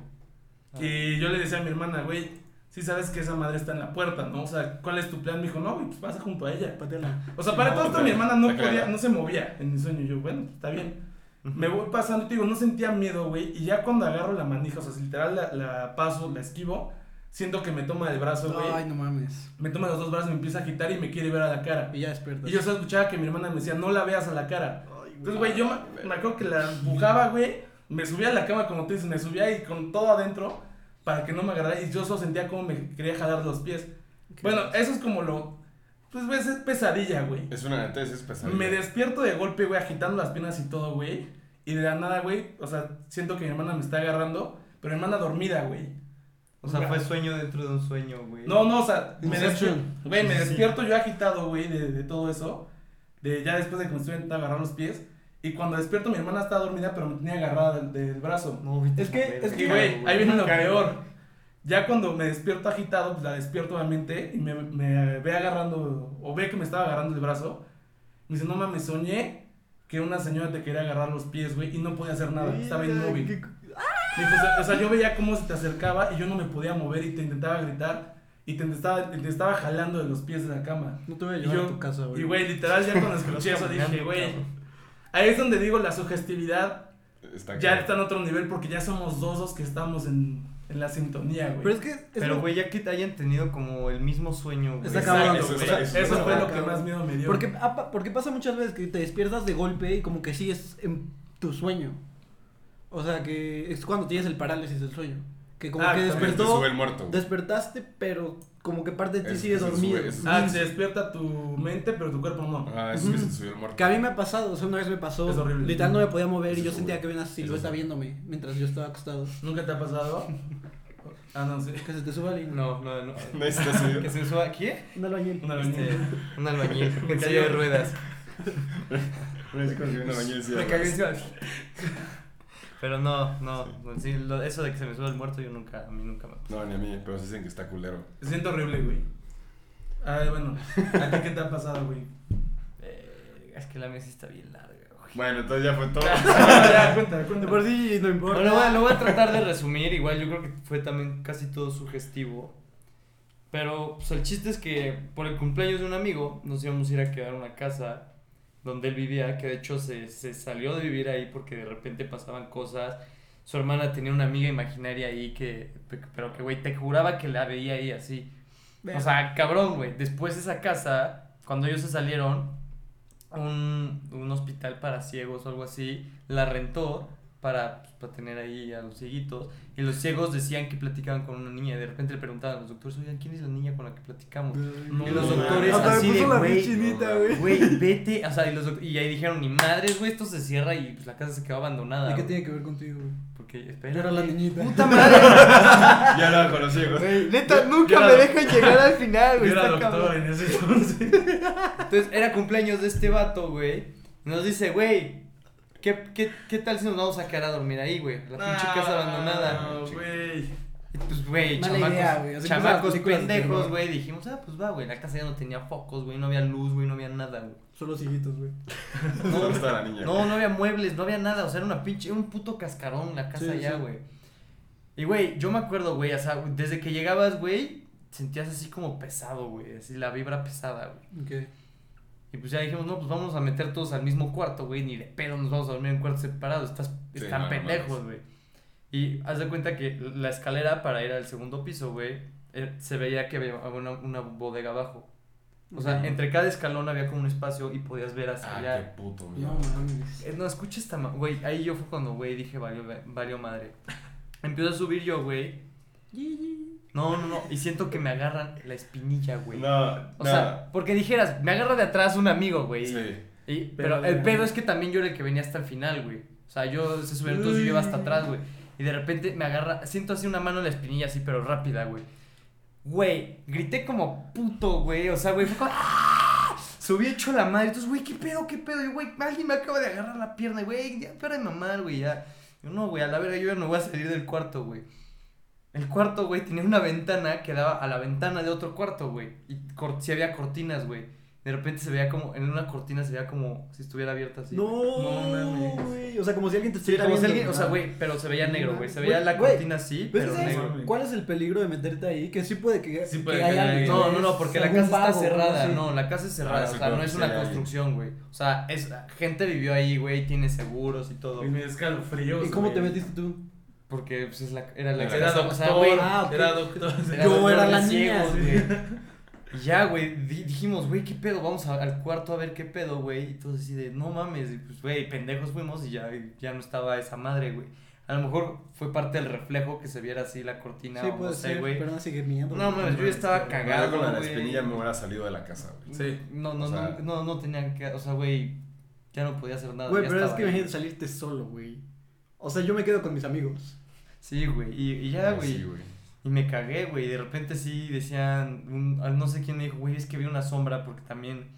Speaker 2: Ah.
Speaker 1: Y yo le decía a mi hermana, güey, si sabes que esa madre está en la puerta, ¿no? O sea, ¿cuál es tu plan? Me dijo, no, güey, pues pasa junto a ella.
Speaker 4: Pateala.
Speaker 1: O sea, para
Speaker 2: No,
Speaker 1: todo esto
Speaker 2: claro,
Speaker 1: mi hermana no
Speaker 2: está
Speaker 1: podía,
Speaker 2: claro.
Speaker 1: no se movía en mi sueño. Yo, bueno, está bien. Me voy pasando, te digo, no sentía miedo, güey. Y ya cuando agarro la manija, o sea, si literal la, la paso, la esquivo, siento que me toma el brazo,
Speaker 4: Ay,
Speaker 1: güey.
Speaker 4: no mames.
Speaker 1: Me toma los dos brazos, me empieza a agitar y me quiere ver a la cara.
Speaker 4: Y ya despiertas.
Speaker 1: Y yo solo escuchaba que mi hermana me decía, no la veas a la cara. Entonces, güey, yo me, me acuerdo que la empujaba, güey. Me subía a la cama, como tú dices, me subía y con todo adentro para que no me agarrara. Y yo solo sentía como me quería jalar los pies. Bueno, eso es como lo. Pues, ves, es pesadilla, güey.
Speaker 2: es una entonces es pesadilla.
Speaker 1: Me despierto de golpe, güey, agitando las piernas y todo, güey. Y de la nada, güey, o sea, siento que mi hermana me está agarrando, pero mi hermana dormida, güey.
Speaker 3: O sea, fue sueño dentro de un sueño, güey.
Speaker 1: No, no, o sea, me,
Speaker 4: Inception.
Speaker 1: despierto- güey, me despierto yo agitado, güey, de, de todo eso. De ya después de que me estuve intentando agarrar los pies. Y cuando despierto, mi hermana está dormida, pero me tenía agarrada del, del brazo.
Speaker 3: No, vete
Speaker 4: Es
Speaker 3: a
Speaker 4: que-
Speaker 3: la verga,
Speaker 4: es
Speaker 1: Y, güey, ahí viene lo
Speaker 3: Cago.
Speaker 1: peor. Ya cuando me despierto agitado, pues la despierto obviamente y me, me ve agarrando, o ve que me estaba agarrando el brazo. Me dice, no mames, soñé que una señora te quería agarrar los pies, güey, y no podía hacer nada, estaba inmóvil. Me dijo, o sea- pues, o sea, yo veía cómo se te acercaba y yo no me podía mover y te intentaba gritar y te estaba, te estaba jalando de los pies de la cama.
Speaker 4: No te voy a
Speaker 1: Y
Speaker 4: llevar
Speaker 1: yo-
Speaker 4: a tu casa, güey.
Speaker 1: Y güey, literal, ya cuando escuché eso dije,
Speaker 3: Caminando,
Speaker 1: güey,
Speaker 3: cabrón.
Speaker 1: ahí es donde digo la sugestividad
Speaker 2: Está
Speaker 1: ya
Speaker 2: claro.
Speaker 1: está en otro nivel porque ya somos dos los que estamos en, en la sintonía, güey.
Speaker 4: Pero es que. es
Speaker 3: Pero,
Speaker 4: lo-
Speaker 3: güey, ya que te hayan tenido como el mismo sueño, güey.
Speaker 4: Está
Speaker 1: Exacto,
Speaker 4: cabrón,
Speaker 1: güey.
Speaker 2: eso está-
Speaker 1: Eso,
Speaker 2: eso está
Speaker 1: fue lo que
Speaker 4: cabrón.
Speaker 1: más miedo me dio.
Speaker 4: Porque, ah, pa- porque pasa muchas veces que te despiertas de golpe y como que sí es en tu sueño. O sea, que es cuando tienes el parálisis del sueño. Que como
Speaker 1: Ah,
Speaker 4: que
Speaker 1: también
Speaker 2: Te
Speaker 4: despertó,
Speaker 2: sube el muerto.
Speaker 4: despertaste, pero como que parte de ti
Speaker 2: Es-
Speaker 4: sigue
Speaker 2: eso
Speaker 4: dormido.
Speaker 2: sube, eso sube.
Speaker 1: ah, se despierta tu mente, pero tu cuerpo no.
Speaker 2: Ah, eso que se subió el muerto.
Speaker 4: Que a mí me ha pasado, o sea, una vez me pasó,
Speaker 1: Es horrible.
Speaker 4: literal no me podía mover y
Speaker 2: Eso
Speaker 4: yo
Speaker 2: es
Speaker 4: sentía
Speaker 2: horrible.
Speaker 4: que había una silueta
Speaker 2: horrible.
Speaker 4: viéndome mientras yo estaba acostado.
Speaker 1: ¿Nunca te ha pasado? ah, no sé.
Speaker 4: Que se te suba alguien.
Speaker 3: No, no, no.
Speaker 2: No está subido.
Speaker 3: Que se suba. ¿Qué?
Speaker 4: Un albañil.
Speaker 1: Una vez.
Speaker 3: Este, un Pues, albañil.
Speaker 1: Me
Speaker 3: en
Speaker 1: cayó.
Speaker 3: silla de ruedas.
Speaker 2: Una vez conseguí una bañera y decía,
Speaker 3: Me cayó encima. Pero no, no. pues sí, lo- eso de que se me suba el muerto, yo nunca, a mí nunca me
Speaker 2: No, ni a mí, pero sí dicen que está culero.
Speaker 1: Siento horrible, güey. Ay, bueno. ¿A ti qué te ha pasado, güey?
Speaker 3: Verga, Eh, es que la mesa está bien larga, güey.
Speaker 2: Bueno, entonces ya fue todo.
Speaker 3: Ah,
Speaker 1: ya, cuenta, cuenta.
Speaker 4: De por sí no importa.
Speaker 3: Bueno, lo voy, a- lo voy a tratar de resumir, igual yo creo que fue también casi todo sugestivo. Pero pues, el chiste es que por el cumpleaños de un amigo nos íbamos a ir a quedar a una casa donde él vivía, que de hecho se, se salió de vivir ahí porque de repente pasaban cosas. Su hermana tenía una amiga imaginaria ahí que, pero que, güey, te juraba que la veía ahí así. O sea, cabrón, güey. Después de esa casa, cuando ellos se salieron, un, un hospital para ciegos o algo así, la rentó para, pues, para tener ahí a los cieguitos. Y los ciegos decían que platicaban con una niña. Y de repente le preguntaban a los doctores, oigan, ¿quién es la niña con la que platicamos?
Speaker 1: No,
Speaker 3: y los
Speaker 1: no,
Speaker 3: doctores
Speaker 1: hasta me
Speaker 3: así de,
Speaker 5: puso la
Speaker 3: güey,
Speaker 5: chinita, güey.
Speaker 3: güey, vete. O sea, y, los doc- y ahí dijeron, ni madres, güey, esto se cierra y pues la casa se quedó abandonada.
Speaker 5: ¿Y qué
Speaker 3: güey.
Speaker 5: tiene que ver contigo, güey?
Speaker 3: Porque, espera.
Speaker 5: Yo era la niñita.
Speaker 3: Puta madre.
Speaker 2: Ya lo conocí, güey.
Speaker 5: Güey, neta, nunca
Speaker 1: yo era
Speaker 5: me
Speaker 1: doc-
Speaker 5: dejan llegar al final,
Speaker 1: Yo
Speaker 5: güey.
Speaker 1: era
Speaker 5: está
Speaker 1: doctor
Speaker 5: cabrón.
Speaker 1: en ese entonces.
Speaker 3: Entonces, era cumpleaños de este vato, güey. Y Nos dice, güey, ¿qué, qué, ¿qué tal si nos vamos a quedar a dormir ahí, güey? La pinche casa abandonada.
Speaker 1: No, Ah, güey.
Speaker 3: Y Pues, güey,
Speaker 5: Mala
Speaker 3: chamacos,
Speaker 5: idea, güey. Así empiezan las
Speaker 3: chamacos
Speaker 5: películas de
Speaker 3: pendejos,
Speaker 5: terror.
Speaker 3: güey. Dijimos, ah, pues va, güey. La casa ya no tenía focos, güey. No había luz, güey. No había nada, güey.
Speaker 5: Solo hijitos, güey.
Speaker 2: ¿Dónde está la niña?
Speaker 3: No, no había muebles, no había nada. O sea, era una pinche, era un puto cascarón la casa
Speaker 5: Sí,
Speaker 3: allá,
Speaker 5: sí.
Speaker 3: güey. Y, güey, yo me acuerdo, güey. O sea, güey, desde que llegabas, güey, sentías así como pesado, güey. Así la vibra pesada, güey.
Speaker 5: Ok.
Speaker 3: Y pues ya dijimos, no, pues vamos a meter todos al mismo cuarto, güey. Ni de pedo nos vamos a dormir en cuartos separados. Estás,
Speaker 2: Sí,
Speaker 3: están
Speaker 2: no, no
Speaker 3: pendejos,
Speaker 2: mames.
Speaker 3: güey. Y haz de cuenta que la escalera para ir al segundo piso, güey, eh, se veía que había una, una bodega abajo. O sea,
Speaker 5: Ok.
Speaker 3: entre cada escalón había como un espacio y podías ver hacia
Speaker 2: Ah,
Speaker 3: allá.
Speaker 2: qué puto, güey.
Speaker 5: No mames.
Speaker 3: Eh, No, escucha esta ma- Güey, ahí yo fue cuando, güey, dije, valió, valió madre. Empiezo a subir yo, güey. No, no, no. Y siento que me agarran la espinilla, güey.
Speaker 2: No,
Speaker 3: o
Speaker 2: no.
Speaker 3: sea, porque dijeras, me agarra de atrás un amigo, güey.
Speaker 2: sí.
Speaker 3: Y-
Speaker 1: Pero
Speaker 3: pero, el
Speaker 1: ya.
Speaker 3: pedo es que también yo era el que venía hasta el final, güey. O sea, yo se subieron todos y yo iba hasta atrás, güey. Y de repente me agarra, siento así una mano en la espinilla, así, pero rápida, güey. Güey, grité como puto, güey. O sea, güey, fue como, ¡ah! Subí hecho la madre. Entonces, güey, ¿qué pedo, qué pedo? Y, güey, alguien me acaba de agarrar la pierna, y, güey. Ya, para de mamar, güey, ya. Yo, no, güey, a la verga, yo ya no voy a salir del cuarto, güey. El cuarto, güey, tenía una ventana que daba a la ventana de otro cuarto, güey. Y cor- sí había cortinas, güey. De repente se veía como, en una cortina se veía como si estuviera abierta así.
Speaker 5: No,
Speaker 1: mames.
Speaker 5: güey. O sea, como si alguien te
Speaker 3: Sí,
Speaker 5: estuviera
Speaker 3: como si
Speaker 5: viendo,
Speaker 3: alguien, o sea, güey, pero se veía negro, güey. Se veía la
Speaker 5: Güey,
Speaker 3: cortina así,
Speaker 4: Pues
Speaker 5: Pero es
Speaker 3: pero
Speaker 5: que ¿sabes
Speaker 3: negro.
Speaker 1: güey.
Speaker 5: ¿Cuál es el peligro de meterte ahí? Que sí puede que,
Speaker 1: Sí puede
Speaker 5: que
Speaker 1: que haya alguien.
Speaker 3: No, no, no, porque la
Speaker 5: algún
Speaker 3: casa está
Speaker 5: vago,
Speaker 3: cerrada.
Speaker 5: sí.
Speaker 3: No, la casa es cerrada.
Speaker 2: Ah,
Speaker 3: o sea, no es
Speaker 2: sí,
Speaker 3: una
Speaker 2: hay.
Speaker 3: construcción, güey. O sea, es, gente vivió ahí, güey, tiene seguros y todo.
Speaker 1: Y me escalofríos.
Speaker 5: ¿Y cómo te
Speaker 1: güey.
Speaker 5: metiste tú?
Speaker 3: Porque pues, es la, era la
Speaker 2: Era
Speaker 1: Era
Speaker 3: casa.
Speaker 1: doctor.
Speaker 3: O sea, güey,
Speaker 5: Ah, ok.
Speaker 1: Era doctor.
Speaker 5: Yo
Speaker 3: doctor
Speaker 5: era
Speaker 3: de
Speaker 5: la niña,
Speaker 3: ciegos, güey. Y ya, güey, di- dijimos, güey, qué pedo, vamos a- al cuarto a ver qué pedo, güey. Y todos así de, no mames, y pues, güey, pendejos fuimos y ya, ya no estaba esa madre, güey. A lo mejor fue parte del reflejo que se viera así la cortina,
Speaker 5: sí,
Speaker 3: o no
Speaker 5: puede
Speaker 3: sé,
Speaker 5: ser,
Speaker 3: güey.
Speaker 5: pero no sigue miedo.
Speaker 3: No mames, yo ya estaba
Speaker 2: Cagado,
Speaker 3: cagado,
Speaker 2: con la de la
Speaker 3: güey.
Speaker 2: espinilla me hubiera salido de la casa, güey.
Speaker 1: Sí.
Speaker 3: No, no,
Speaker 2: O sea-
Speaker 3: no, no, no tenía que, o sea, güey, ya no podía hacer nada.
Speaker 4: Güey,
Speaker 3: ya
Speaker 4: pero es
Speaker 3: estaba
Speaker 4: que
Speaker 3: ahí.
Speaker 4: imagínate salirte solo, güey. O sea, yo me quedo con mis amigos.
Speaker 3: Sí, güey, y, y ya,
Speaker 2: Ah,
Speaker 3: güey.
Speaker 2: sí, güey.
Speaker 3: y me cagué, güey. y De repente sí decían, un- al- no sé quién me dijo, güey, es que vi una sombra porque también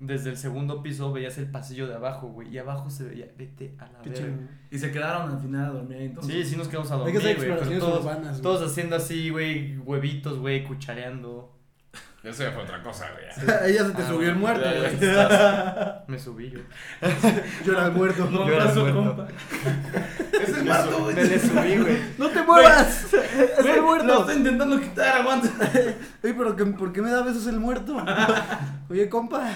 Speaker 3: desde el segundo piso veías el pasillo de abajo, güey. Y abajo se veía, vete a la
Speaker 4: Qué
Speaker 3: verga.
Speaker 4: chido.
Speaker 1: Y se quedaron al final a dormir ahí entonces.
Speaker 3: Sí, sí nos quedamos a
Speaker 5: Hay
Speaker 3: dormir,
Speaker 5: que hacer
Speaker 3: güey. Pero
Speaker 5: exploraciones
Speaker 3: todos,
Speaker 5: urbanas. güey.
Speaker 3: todos haciendo así, güey, huevitos, güey, cuchareando.
Speaker 2: Eso ya fue otra cosa, güey.
Speaker 4: Ella se te
Speaker 3: Ah,
Speaker 4: subió el
Speaker 3: ya,
Speaker 4: muerto,
Speaker 2: Ya, ya
Speaker 4: güey.
Speaker 2: estás-
Speaker 3: Me subí yo.
Speaker 4: Yo era el muerto.
Speaker 1: No,
Speaker 3: Yo era
Speaker 1: pasó,
Speaker 3: muerto.
Speaker 1: compa.
Speaker 2: Ese es Marto,
Speaker 3: Me le subí, güey.
Speaker 4: ¡No te muevas! ¡Es el
Speaker 1: Lo
Speaker 4: muerto!
Speaker 1: estoy intentando quitar, aguanta.
Speaker 4: Oye, pero que- ¿por qué me da besos el muerto? Oye, compa.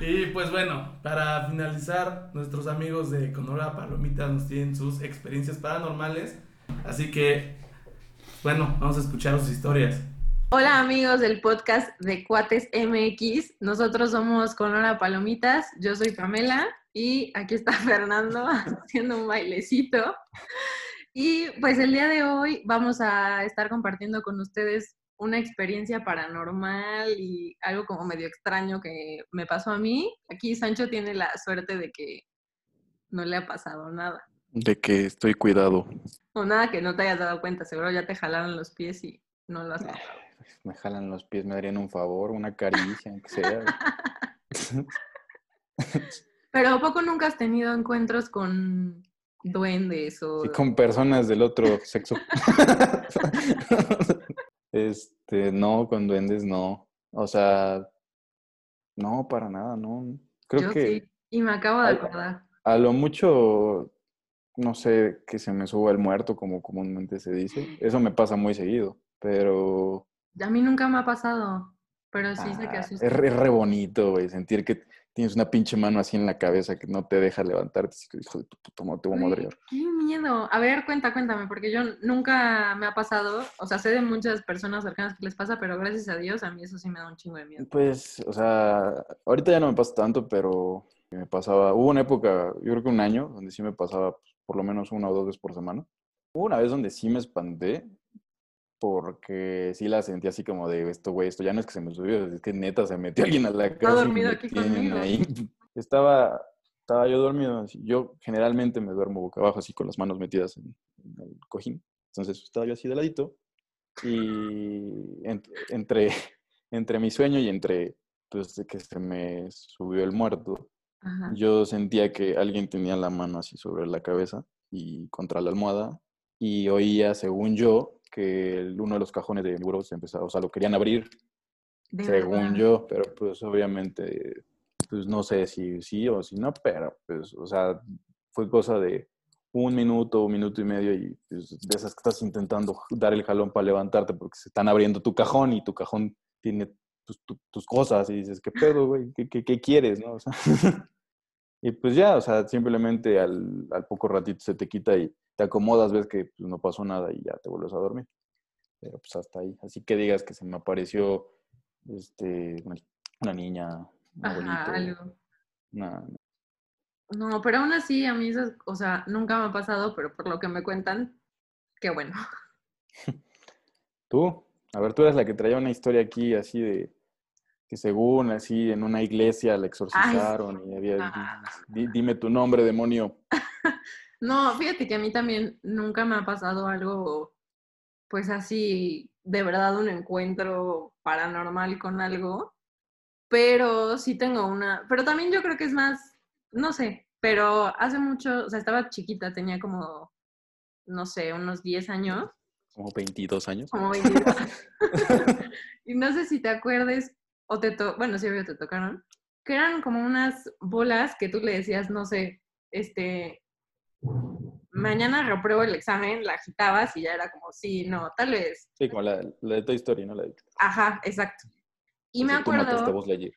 Speaker 1: Y pues bueno, para finalizar, nuestros amigos de Conora Palomita nos tienen sus experiencias paranormales. Así que, bueno, vamos a escuchar sus historias.
Speaker 6: Hola amigos del podcast de Cuates MX. Nosotros somos Conora Palomitas. Yo soy Pamela y aquí está Fernando haciendo un bailecito. Y pues el día de hoy vamos a estar compartiendo con ustedes una experiencia paranormal y algo como medio extraño que me pasó a mí. Aquí Sancho tiene la suerte de que no le ha pasado nada.
Speaker 7: De que estoy cuidado.
Speaker 6: O nada que no te hayas dado cuenta. Seguro ya te jalaron los pies y no lo has notado.
Speaker 7: Me jalan los pies, me darían un favor, una caricia, aunque sea.
Speaker 6: Pero ¿a poco nunca has tenido encuentros con duendes o...?
Speaker 7: Sí, con personas del otro sexo. Este, no, con duendes no. O sea, no, para nada, no. Creo
Speaker 6: Yo
Speaker 7: que
Speaker 6: sí, y me acabo de
Speaker 7: Ay.
Speaker 6: acordar.
Speaker 7: a lo mucho, no sé, que se me suba el muerto, como comúnmente se dice. Eso me pasa muy seguido, pero
Speaker 6: A mí nunca me ha pasado, pero sí sé que
Speaker 7: Ah,
Speaker 6: asusta.
Speaker 7: Es re, es re bonito, güey, sentir que tienes una pinche mano así en la cabeza que no te deja levantarte. así que, hijo de tu puta madre, te voy a
Speaker 6: Güey,
Speaker 7: madrear.
Speaker 6: ¡Qué miedo! A ver, cuenta, cuéntame, porque yo nunca me ha pasado, o sea, sé de muchas personas cercanas que les pasa, pero gracias a Dios a mí eso sí me da un chingo de miedo.
Speaker 7: Pues, o sea, ahorita ya no me pasa tanto, pero me pasaba. Hubo una época, yo creo que un año, donde sí me pasaba por lo menos una o dos veces por semana. Hubo una vez donde sí me espanté, porque sí la sentí así como de, esto, güey, esto ya no es que se me subió, es que neta se metió alguien a la casa.
Speaker 6: dormido aquí conmigo.
Speaker 7: Estaba, estaba yo dormido, así. yo generalmente me duermo boca abajo, así con las manos metidas en, en el cojín. Entonces estaba yo así de ladito y en- entre, entre mi sueño y entre pues, de que se me subió el muerto,
Speaker 6: Ajá.
Speaker 7: yo sentía que alguien tenía la mano así sobre la cabeza y contra la almohada y oía, según yo, que el- uno de los cajones de mi buró se empezaba, o sea, lo querían abrir,
Speaker 6: De
Speaker 7: según
Speaker 6: verdad.
Speaker 7: yo, pero pues obviamente, pues no sé si sí o si no, pero pues, o sea, fue cosa de un minuto, un minuto y medio y pues, de esas que estás intentando dar el jalón para levantarte porque se están abriendo tu cajón y tu cajón tiene tus, tu- tus cosas y dices, ¿qué pedo, güey? ¿Qué, qué, qué quieres? ¿no? O sea, y pues ya, o sea, simplemente al, al poco ratito se te quita y te acomodas, ves que pues, no pasó nada y ya te vuelves a dormir. Pero pues hasta ahí. Así que digas que se me apareció este, una, una niña, un
Speaker 6: Ajá,
Speaker 7: abuelito.
Speaker 6: algo.
Speaker 7: una-
Speaker 6: No, pero aún así a mí esas, o sea, nunca me ha pasado, pero por lo que me cuentan, qué bueno.
Speaker 7: Tú, a ver, tú eres la que traía una historia aquí así de que según así en una iglesia la exorcizaron y había,
Speaker 6: ah.
Speaker 7: di- di- dime tu nombre, demonio.
Speaker 6: No, fíjate que a mí también nunca me ha pasado algo, pues así, de verdad un encuentro paranormal con algo, pero sí tengo una, pero también yo creo que es más, no sé, pero hace mucho, o sea, estaba chiquita, tenía como, no sé, unos 10 años,
Speaker 7: Como 22 años.
Speaker 6: como 22. y no sé si te acuerdes, o te to bueno, sí, obvio, te tocaron, que eran como unas bolas que tú le decías, no sé, este, mañana repruebo el examen, la agitabas y ya era como, sí, no, tal vez.
Speaker 7: Sí, como la, la de Toy Story, ¿no? La de,
Speaker 6: Ajá, exacto. Y me
Speaker 7: ese, tú mataste a
Speaker 6: acuerdo
Speaker 7: Buzz Lightyear.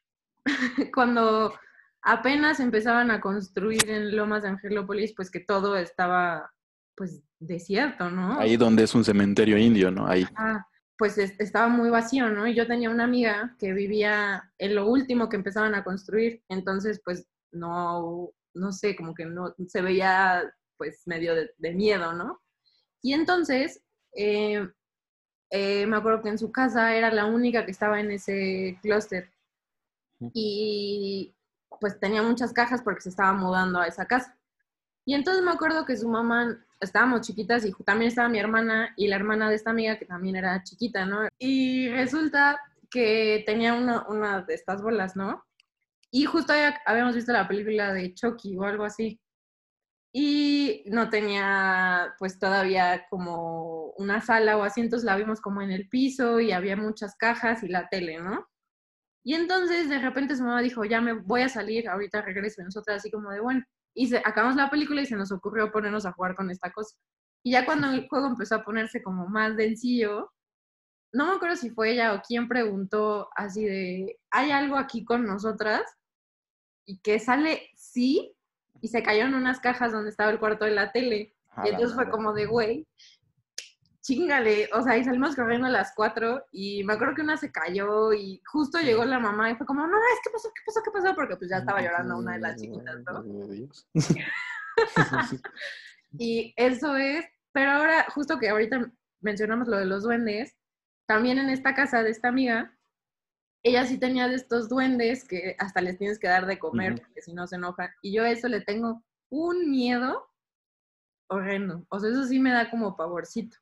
Speaker 6: cuando apenas empezaban a construir en Lomas de Angelópolis, pues que todo estaba, pues, desierto, ¿no?
Speaker 7: Ah. Ahí donde es un cementerio indio, ¿no? Ahí.
Speaker 6: Ah, pues es- estaba muy vacío, ¿no? Y yo tenía una amiga que vivía en lo último que empezaban a construir, entonces pues no, no sé, como que no se veía pues medio de, de miedo, ¿no? Y entonces eh, eh, me acuerdo que en su casa era la única que estaba en ese clúster y pues tenía muchas cajas porque se estaba mudando a esa casa. Y entonces me acuerdo que su mamá, estábamos chiquitas y ju- también estaba mi hermana y la hermana de esta amiga que también era chiquita, ¿no? Y resulta que tenía una, una de estas bolas, ¿no? Y justo había- habíamos visto la película de Chucky o algo así. Y no tenía pues todavía como una sala o asientos, la vimos como en el piso y había muchas cajas y la tele, ¿no? Y entonces de repente su mamá dijo, ya me voy a salir, ahorita regreso. Y nosotras así como de, bueno, y se, acabamos la película y se nos ocurrió ponernos a jugar con esta cosa. Y ya cuando el juego empezó a ponerse como más densillo, no me acuerdo si fue ella o quién preguntó así de, ¿hay algo aquí con nosotras? Y que sale sí, y se cayó en unas cajas donde estaba el cuarto de la tele.
Speaker 7: A
Speaker 6: Y
Speaker 7: Ah, la
Speaker 6: entonces fue
Speaker 7: madre.
Speaker 6: como de, güey, chingale. O sea, y salimos corriendo a las cuatro y me acuerdo que una se cayó y justo llegó la mamá y fue como, no, es que pasó, qué pasó, qué pasó, porque pues ya estaba llorando una de las chiquitas, ¿no?
Speaker 7: Dios.
Speaker 6: Y eso es, pero ahora, justo que ahorita mencionamos lo de los duendes, también en esta casa de esta amiga, ella sí tenía de estos duendes que hasta les tienes que dar de comer
Speaker 7: Ujú.
Speaker 6: porque si no se enojan. Y yo a eso le tengo un miedo horrendo. O sea, eso sí me da como pavorcito.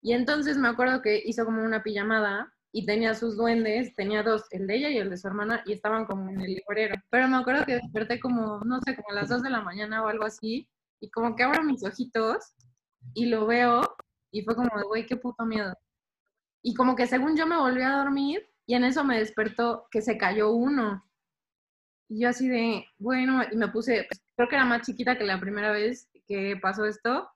Speaker 6: Y entonces me acuerdo que hizo como una pijamada y tenía sus duendes, tenía dos, el de ella y el de su hermana, y estaban como en el librero. Pero me acuerdo que desperté como, no sé, como a las 2 de la mañana o algo así, y como que abro mis ojitos y lo veo, y fue como, de, güey, qué puto miedo. Y como que según yo me volví a dormir, y en eso me despertó que se cayó uno. Y yo así de, bueno, y me puse, pues, creo que era más chiquita que la primera vez que pasó esto,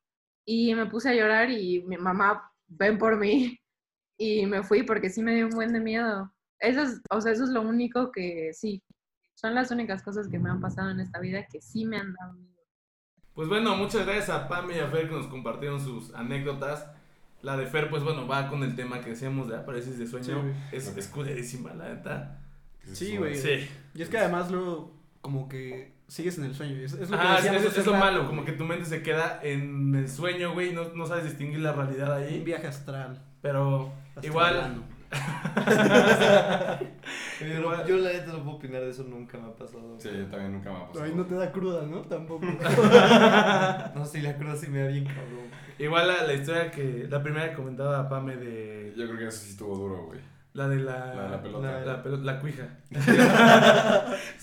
Speaker 6: y me puse a llorar y mi mamá, ven por mí. Y me fui porque sí me dio un buen de miedo. Eso es, o sea, eso es lo único que sí. Son las únicas cosas que me han pasado en esta vida que sí me han dado miedo.
Speaker 1: Pues bueno, muchas gracias a Pam y a Fer que nos compartieron sus anécdotas. La de Fer, pues bueno, va con el tema que decíamos de apareces de
Speaker 4: Sí,
Speaker 1: sueño.
Speaker 4: güey.
Speaker 1: es, es culerísima, la neta.
Speaker 4: Sí, güey.
Speaker 1: Sí.
Speaker 4: Y es que además luego, como que sigues en el sueño. Es, es lo que
Speaker 1: Ah,
Speaker 4: decíamos
Speaker 1: es, es-
Speaker 4: hace
Speaker 1: es lo
Speaker 4: rato,
Speaker 1: malo, como que
Speaker 4: güey.
Speaker 1: tu mente se queda en el sueño, güey, no, no sabes distinguir la realidad
Speaker 4: Un
Speaker 1: ahí,
Speaker 4: viaje astral.
Speaker 1: pero igual...
Speaker 4: astralano.
Speaker 1: igual-
Speaker 3: Yo la neta no puedo opinar de eso, nunca me ha pasado.
Speaker 2: Sí, también nunca me ha pasado.
Speaker 5: Ahí no te da cruda, ¿no? Tampoco.
Speaker 3: No sé, la cruda sí me da bien cabrón.
Speaker 1: Igual la, la historia que, la primera que comentaba Pame de
Speaker 2: Yo creo que eso sí estuvo duro, güey.
Speaker 1: la de la...
Speaker 2: La de la pelota.
Speaker 1: La, la pelo- la cuija. es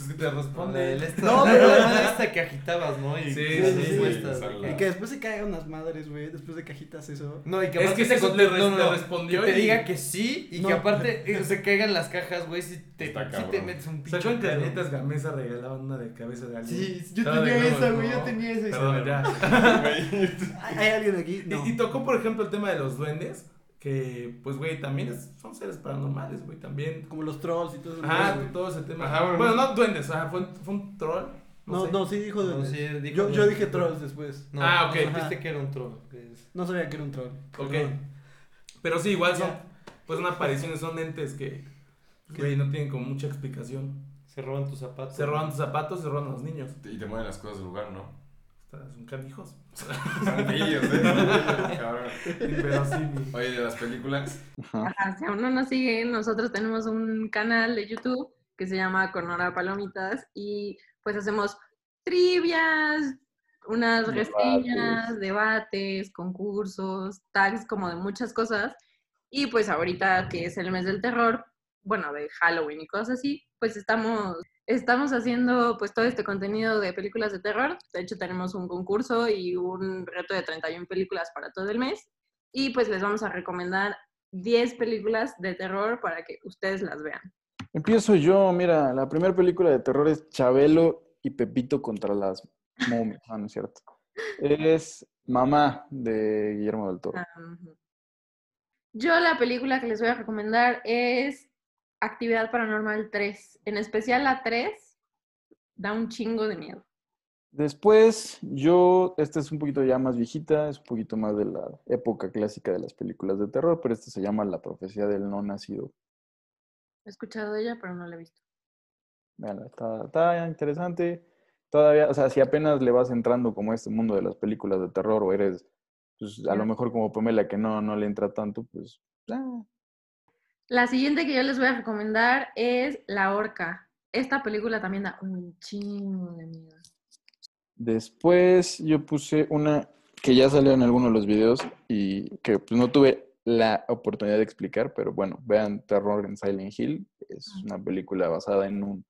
Speaker 1: que te
Speaker 3: La del
Speaker 1: responde.
Speaker 3: esta,
Speaker 5: No,
Speaker 3: la,
Speaker 5: pero-
Speaker 3: la- la esta que agitabas, ¿no? Y
Speaker 1: Sí,
Speaker 3: que
Speaker 1: sí,
Speaker 3: eran
Speaker 5: sí.
Speaker 3: encuestas,
Speaker 2: Sí,
Speaker 3: ¿no?
Speaker 2: sale.
Speaker 5: y que después se caigan unas madres, güey. Después de cajitas, eso.
Speaker 3: No, y que
Speaker 1: Es
Speaker 3: aparte
Speaker 1: que ese
Speaker 3: eso
Speaker 1: le,
Speaker 3: te-
Speaker 1: res-
Speaker 3: no, no,
Speaker 1: le
Speaker 3: no,
Speaker 1: respondió
Speaker 3: Que te
Speaker 1: y-
Speaker 3: diga que sí y
Speaker 5: No.
Speaker 3: que aparte eh, se caigan las cajas, güey, si te,
Speaker 2: Está
Speaker 3: si te
Speaker 2: cabrón.
Speaker 3: metes un
Speaker 1: ¿Se
Speaker 3: pinche.
Speaker 1: acuerdan que las
Speaker 3: pedo.
Speaker 1: nietas Gamesa regalaban una de cabeza de alguien?
Speaker 3: Sí, yo
Speaker 1: Estaba de
Speaker 3: tenía
Speaker 1: huevos,
Speaker 3: esa, güey,
Speaker 1: ¿no?
Speaker 3: yo tenía esa. y se
Speaker 1: Perdón,
Speaker 3: me-
Speaker 1: ya.
Speaker 5: ¿Hay hay alguien aquí?
Speaker 1: Y-
Speaker 5: No.
Speaker 1: Y, tocó, por ejemplo, el tema de los duendes, que, pues, güey, también es- son seres paranormales, güey, también.
Speaker 5: Como los trolls y todo eso.
Speaker 1: Ajá,
Speaker 5: güey.
Speaker 1: todo ese tema.
Speaker 2: Ajá, bueno,
Speaker 1: bueno,
Speaker 2: no-
Speaker 1: no duendes, ajá, fue, un- fue un troll.
Speaker 5: No,
Speaker 1: sé.
Speaker 5: no, sí dijo
Speaker 3: No,
Speaker 5: de...
Speaker 3: sí, dijo
Speaker 5: yo,
Speaker 3: de-
Speaker 5: yo dije trolls después.
Speaker 3: No,
Speaker 1: Ah, ok.
Speaker 3: Supiste que era un troll. que es-
Speaker 5: No sabía que era un troll.
Speaker 1: Ok.
Speaker 5: Perdón.
Speaker 1: Pero sí, igual son,
Speaker 5: Ya.
Speaker 1: pues, son apariciones, son entes que, güey, no tienen como mucha explicación.
Speaker 3: Se roban tus zapatos.
Speaker 1: Se roban tus zapatos, se roban a los niños.
Speaker 2: Y te mueven las cosas del lugar, ¿no?
Speaker 1: Estas Son canijos.
Speaker 2: Son pillos, ¿eh? Son pillos, cabrón.
Speaker 1: Pero sí, güey.
Speaker 2: Oye, de las películas.
Speaker 6: Ajá, si aún no nos siguen, nosotros tenemos un canal de YouTube que se llama Cornora Palomitas y pues hacemos trivias, unas
Speaker 7: Debates.
Speaker 6: reseñas, debates, concursos, tags como de muchas cosas. Y pues ahorita que es el mes del terror, bueno, de Halloween y cosas así, pues estamos, estamos haciendo pues todo este contenido de películas de terror. De hecho, tenemos un concurso y un reto de 31 películas para todo el mes. Y pues les vamos a recomendar 10 películas de terror para que ustedes las vean.
Speaker 7: Empiezo yo, mira, la primera película de terror es Chabelo y Pepito contra las momias. Ah, no es cierto. Es Mamá de Guillermo del
Speaker 6: Ah.
Speaker 7: Toro.
Speaker 6: Ujú. Yo la película que les voy a recomendar es Actividad Paranormal 3. En especial la 3 da un chingo de miedo.
Speaker 7: Después, yo, esta es un poquito ya más viejita, es un poquito más de la época clásica de las películas de terror, pero esta se llama La profecía del no nacido.
Speaker 6: He escuchado de ella, pero no la he visto.
Speaker 7: Véanla, está, está interesante. Todavía, o sea, si apenas le vas entrando como a este mundo de las películas de terror o eres, pues a lo mejor como Pamela que no, no le entra tanto, pues ah,
Speaker 6: La siguiente que yo les voy a recomendar es La Orca. Esta película también da un chingo de miedo.
Speaker 7: Después yo puse una que ya salió en alguno de los videos y que pues, no tuve la oportunidad de explicar, pero bueno, vean Terror en Silent Hill. Es una película basada en un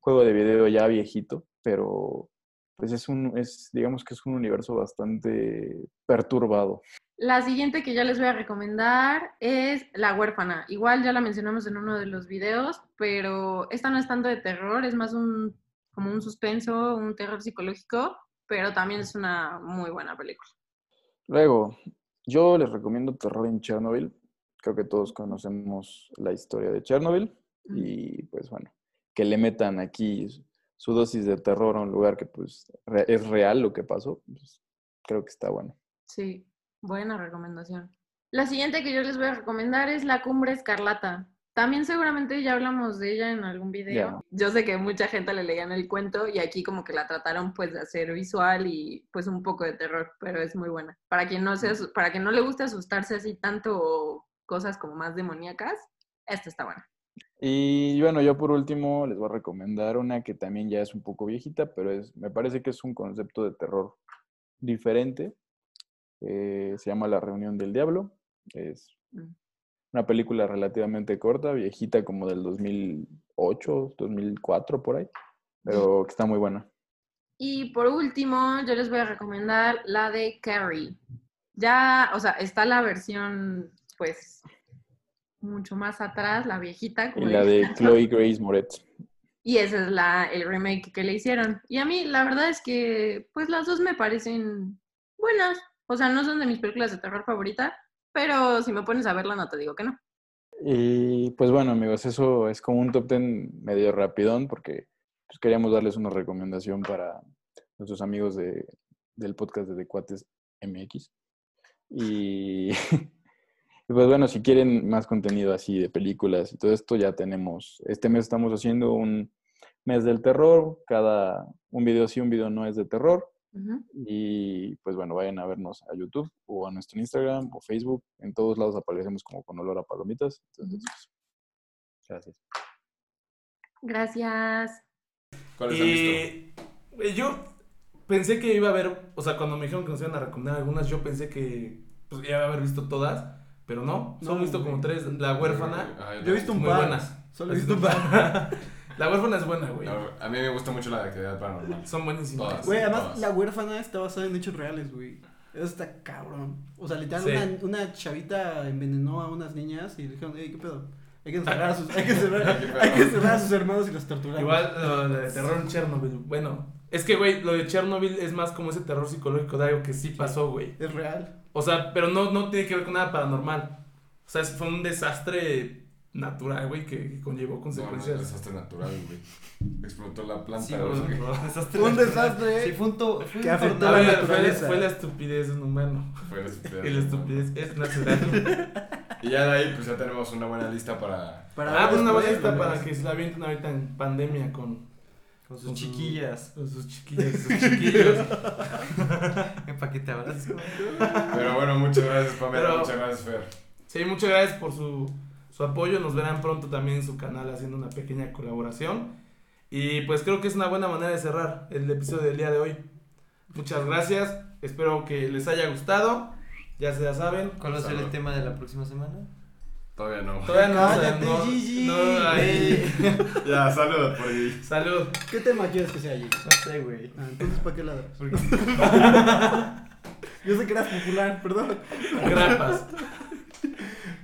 Speaker 7: juego de video ya viejito, pero pues es un, es, digamos que es un universo bastante perturbado.
Speaker 6: La siguiente que yo les voy a recomendar es La huérfana. Igual ya la mencionamos en uno de los videos, pero esta no es tanto de terror, es más un como un suspenso, un terror psicológico, pero también es una muy buena película.
Speaker 7: Luego, yo les recomiendo Terror en Chernobyl. Creo que todos conocemos la historia de Chernobyl. y pues bueno, que le metan aquí su- su dosis de terror a un lugar que pues re- es real lo que pasó, pues, creo que está bueno.
Speaker 6: Sí, buena recomendación. La siguiente que yo les voy a recomendar es La Cumbre Escarlata. También seguramente ya hablamos de ella en algún video.
Speaker 7: Ya.
Speaker 6: Yo sé que mucha gente le leían el cuento y aquí como que la trataron pues de hacer visual y pues un poco de terror, pero es muy buena. Para quien no, se asu- para quien no le guste asustarse así tanto o cosas como más demoníacas, esta está buena.
Speaker 7: Y bueno, yo por último les voy a recomendar una que también ya es un poco viejita, pero es, me parece que es un concepto de terror diferente. Eh, se llama La Reunión del Diablo. Es
Speaker 6: Mm.
Speaker 7: una película relativamente corta, viejita como del 2008, 2004 por ahí, pero que está muy buena.
Speaker 6: Y por último, yo les voy a recomendar la de Carrie. Ya, o sea, está la versión, pues, mucho más atrás, la viejita.
Speaker 7: Y
Speaker 6: como
Speaker 7: la
Speaker 6: le-
Speaker 7: de Chloe Grace Moretz.
Speaker 6: Y ese es la, el remake que le hicieron. Y a mí, la verdad es que, pues, las dos me parecen buenas. O sea, no son de mis películas de terror favorita, pero si me pones a verla, no te digo que no.
Speaker 7: Y pues bueno, amigos, eso es como un top ten medio rapidón porque pues, queríamos darles una recomendación para nuestros amigos de, del podcast de The Cuates MX. Y, y pues bueno, si quieren más contenido así de películas y todo esto, ya tenemos, este mes estamos haciendo un, mes del terror, cada un video sí, un video no es de terror.
Speaker 6: Ujú.
Speaker 7: Y pues bueno, vayan a vernos a YouTube o a nuestro Instagram o Facebook. En todos lados aparecemos como con olor a palomitas. Entonces, pues, gracias.
Speaker 6: Gracias.
Speaker 2: ¿Cuáles han visto?
Speaker 1: Y güey, Eh, yo pensé que iba a haber, o sea, cuando me dijeron que nos iban a recomendar algunas, yo pensé que pues, ya iba a haber visto todas, pero no, solo
Speaker 5: No,
Speaker 1: he visto como tres. La huérfana,
Speaker 2: Ah,
Speaker 5: Yo he visto un
Speaker 1: muy
Speaker 5: par.
Speaker 1: buenas.
Speaker 5: Solo he visto un par.
Speaker 1: La huérfana es buena, güey.
Speaker 2: No, A mí me gusta mucho la de actividad paranormal.
Speaker 1: Son buenísimas.
Speaker 2: Todas.
Speaker 5: Güey, además,
Speaker 2: Todas.
Speaker 5: la huérfana
Speaker 4: Está basada en hechos reales, güey. Eso está cabrón. O sea, literal,
Speaker 1: Sí.
Speaker 4: una, una chavita envenenó a unas niñas y le dijeron, "Ey, ¿qué pedo? Hay que encerrar a sus, hay que encerrar-
Speaker 2: Hay que encerrar.
Speaker 4: hay que encerrar a sus hermanos y los torturar.
Speaker 1: Igual lo, de terror en Chernobyl. Bueno, es que, güey, lo de Chernobyl es más como ese terror psicológico de algo que sí pasó, güey.
Speaker 4: Es real.
Speaker 1: O sea, pero no, no tiene que ver con nada paranormal. O sea, es- fue un desastre natural, güey, que, que conllevó
Speaker 2: No, no, es un
Speaker 1: consecuencias.
Speaker 2: desastre natural, güey. Explotó la planta.
Speaker 3: Sí,
Speaker 2: güey.
Speaker 3: güey.
Speaker 4: Un desastre.
Speaker 3: Sí, fue un to- fue
Speaker 4: Que
Speaker 3: un
Speaker 4: afectó
Speaker 1: A
Speaker 3: tornado.
Speaker 4: la
Speaker 1: ver, fue,
Speaker 4: naturaleza.
Speaker 1: fue la estupidez de un humano.
Speaker 2: Fue la estupidez.
Speaker 1: Y la estupidez es natural.
Speaker 2: Y ya de ahí, pues ya tenemos una buena lista para.
Speaker 1: ah, pues una buena
Speaker 2: después,
Speaker 1: lista
Speaker 2: ¿no?
Speaker 1: para que se la avienten ahorita en pandemia con,
Speaker 3: Con sus
Speaker 1: Con su-
Speaker 3: chiquillas.
Speaker 1: con sus chiquillos. Sus chiquillos.
Speaker 3: Para que te abraces.
Speaker 2: Pero bueno, muchas gracias, Pamela.
Speaker 1: Pero-
Speaker 2: Muchas gracias, Fer.
Speaker 1: Sí, muchas gracias por su, su apoyo. Nos verán pronto también en su canal haciendo una pequeña colaboración. Y pues creo que es una buena manera de cerrar el episodio del día de hoy. Muchas gracias. Espero que les haya gustado. Ya se la saben.
Speaker 3: ¿Cuál va a ser el
Speaker 2: Salud.
Speaker 3: tema de la próxima semana?
Speaker 2: Todavía no.
Speaker 1: Todavía no,
Speaker 4: Cállate,
Speaker 1: no-
Speaker 4: Gigi,
Speaker 1: no, ahí.
Speaker 2: Ya, saludos pues. por ahí.
Speaker 1: Salud.
Speaker 4: ¿Qué tema quieres que sea allí?
Speaker 3: No sé, güey.
Speaker 4: Ah, entonces, ¿para qué ladras?
Speaker 3: Porque-
Speaker 4: Yo sé que eras popular, perdón.
Speaker 1: Grapas.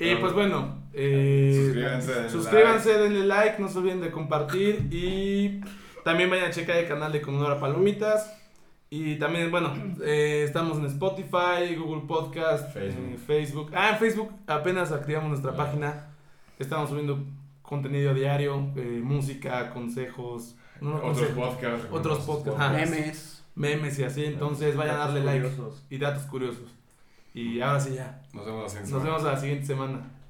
Speaker 1: Y pues bueno, eh,
Speaker 2: Suscríbanse, denle
Speaker 1: suscríbanse, denle like, no se olviden de compartir y también vayan a checar el canal de Comunora Palomitas. Y también, bueno, eh, estamos en Spotify, Google Podcast,
Speaker 2: Facebook.
Speaker 1: eh, Facebook. Ah, en Facebook apenas activamos nuestra
Speaker 2: Ah.
Speaker 1: página. Estamos subiendo contenido diario, eh, música, consejos. no, no,
Speaker 2: Otros
Speaker 1: consejos,
Speaker 2: podcasts.
Speaker 1: Otros podcasts, ajá.
Speaker 4: Memes.
Speaker 1: memes y así. Entonces vayan a darle like y datos curiosos. Y ahora sí ya.
Speaker 2: Nos vemos la siguiente
Speaker 1: Nos
Speaker 2: semana.
Speaker 1: vemos a la siguiente semana.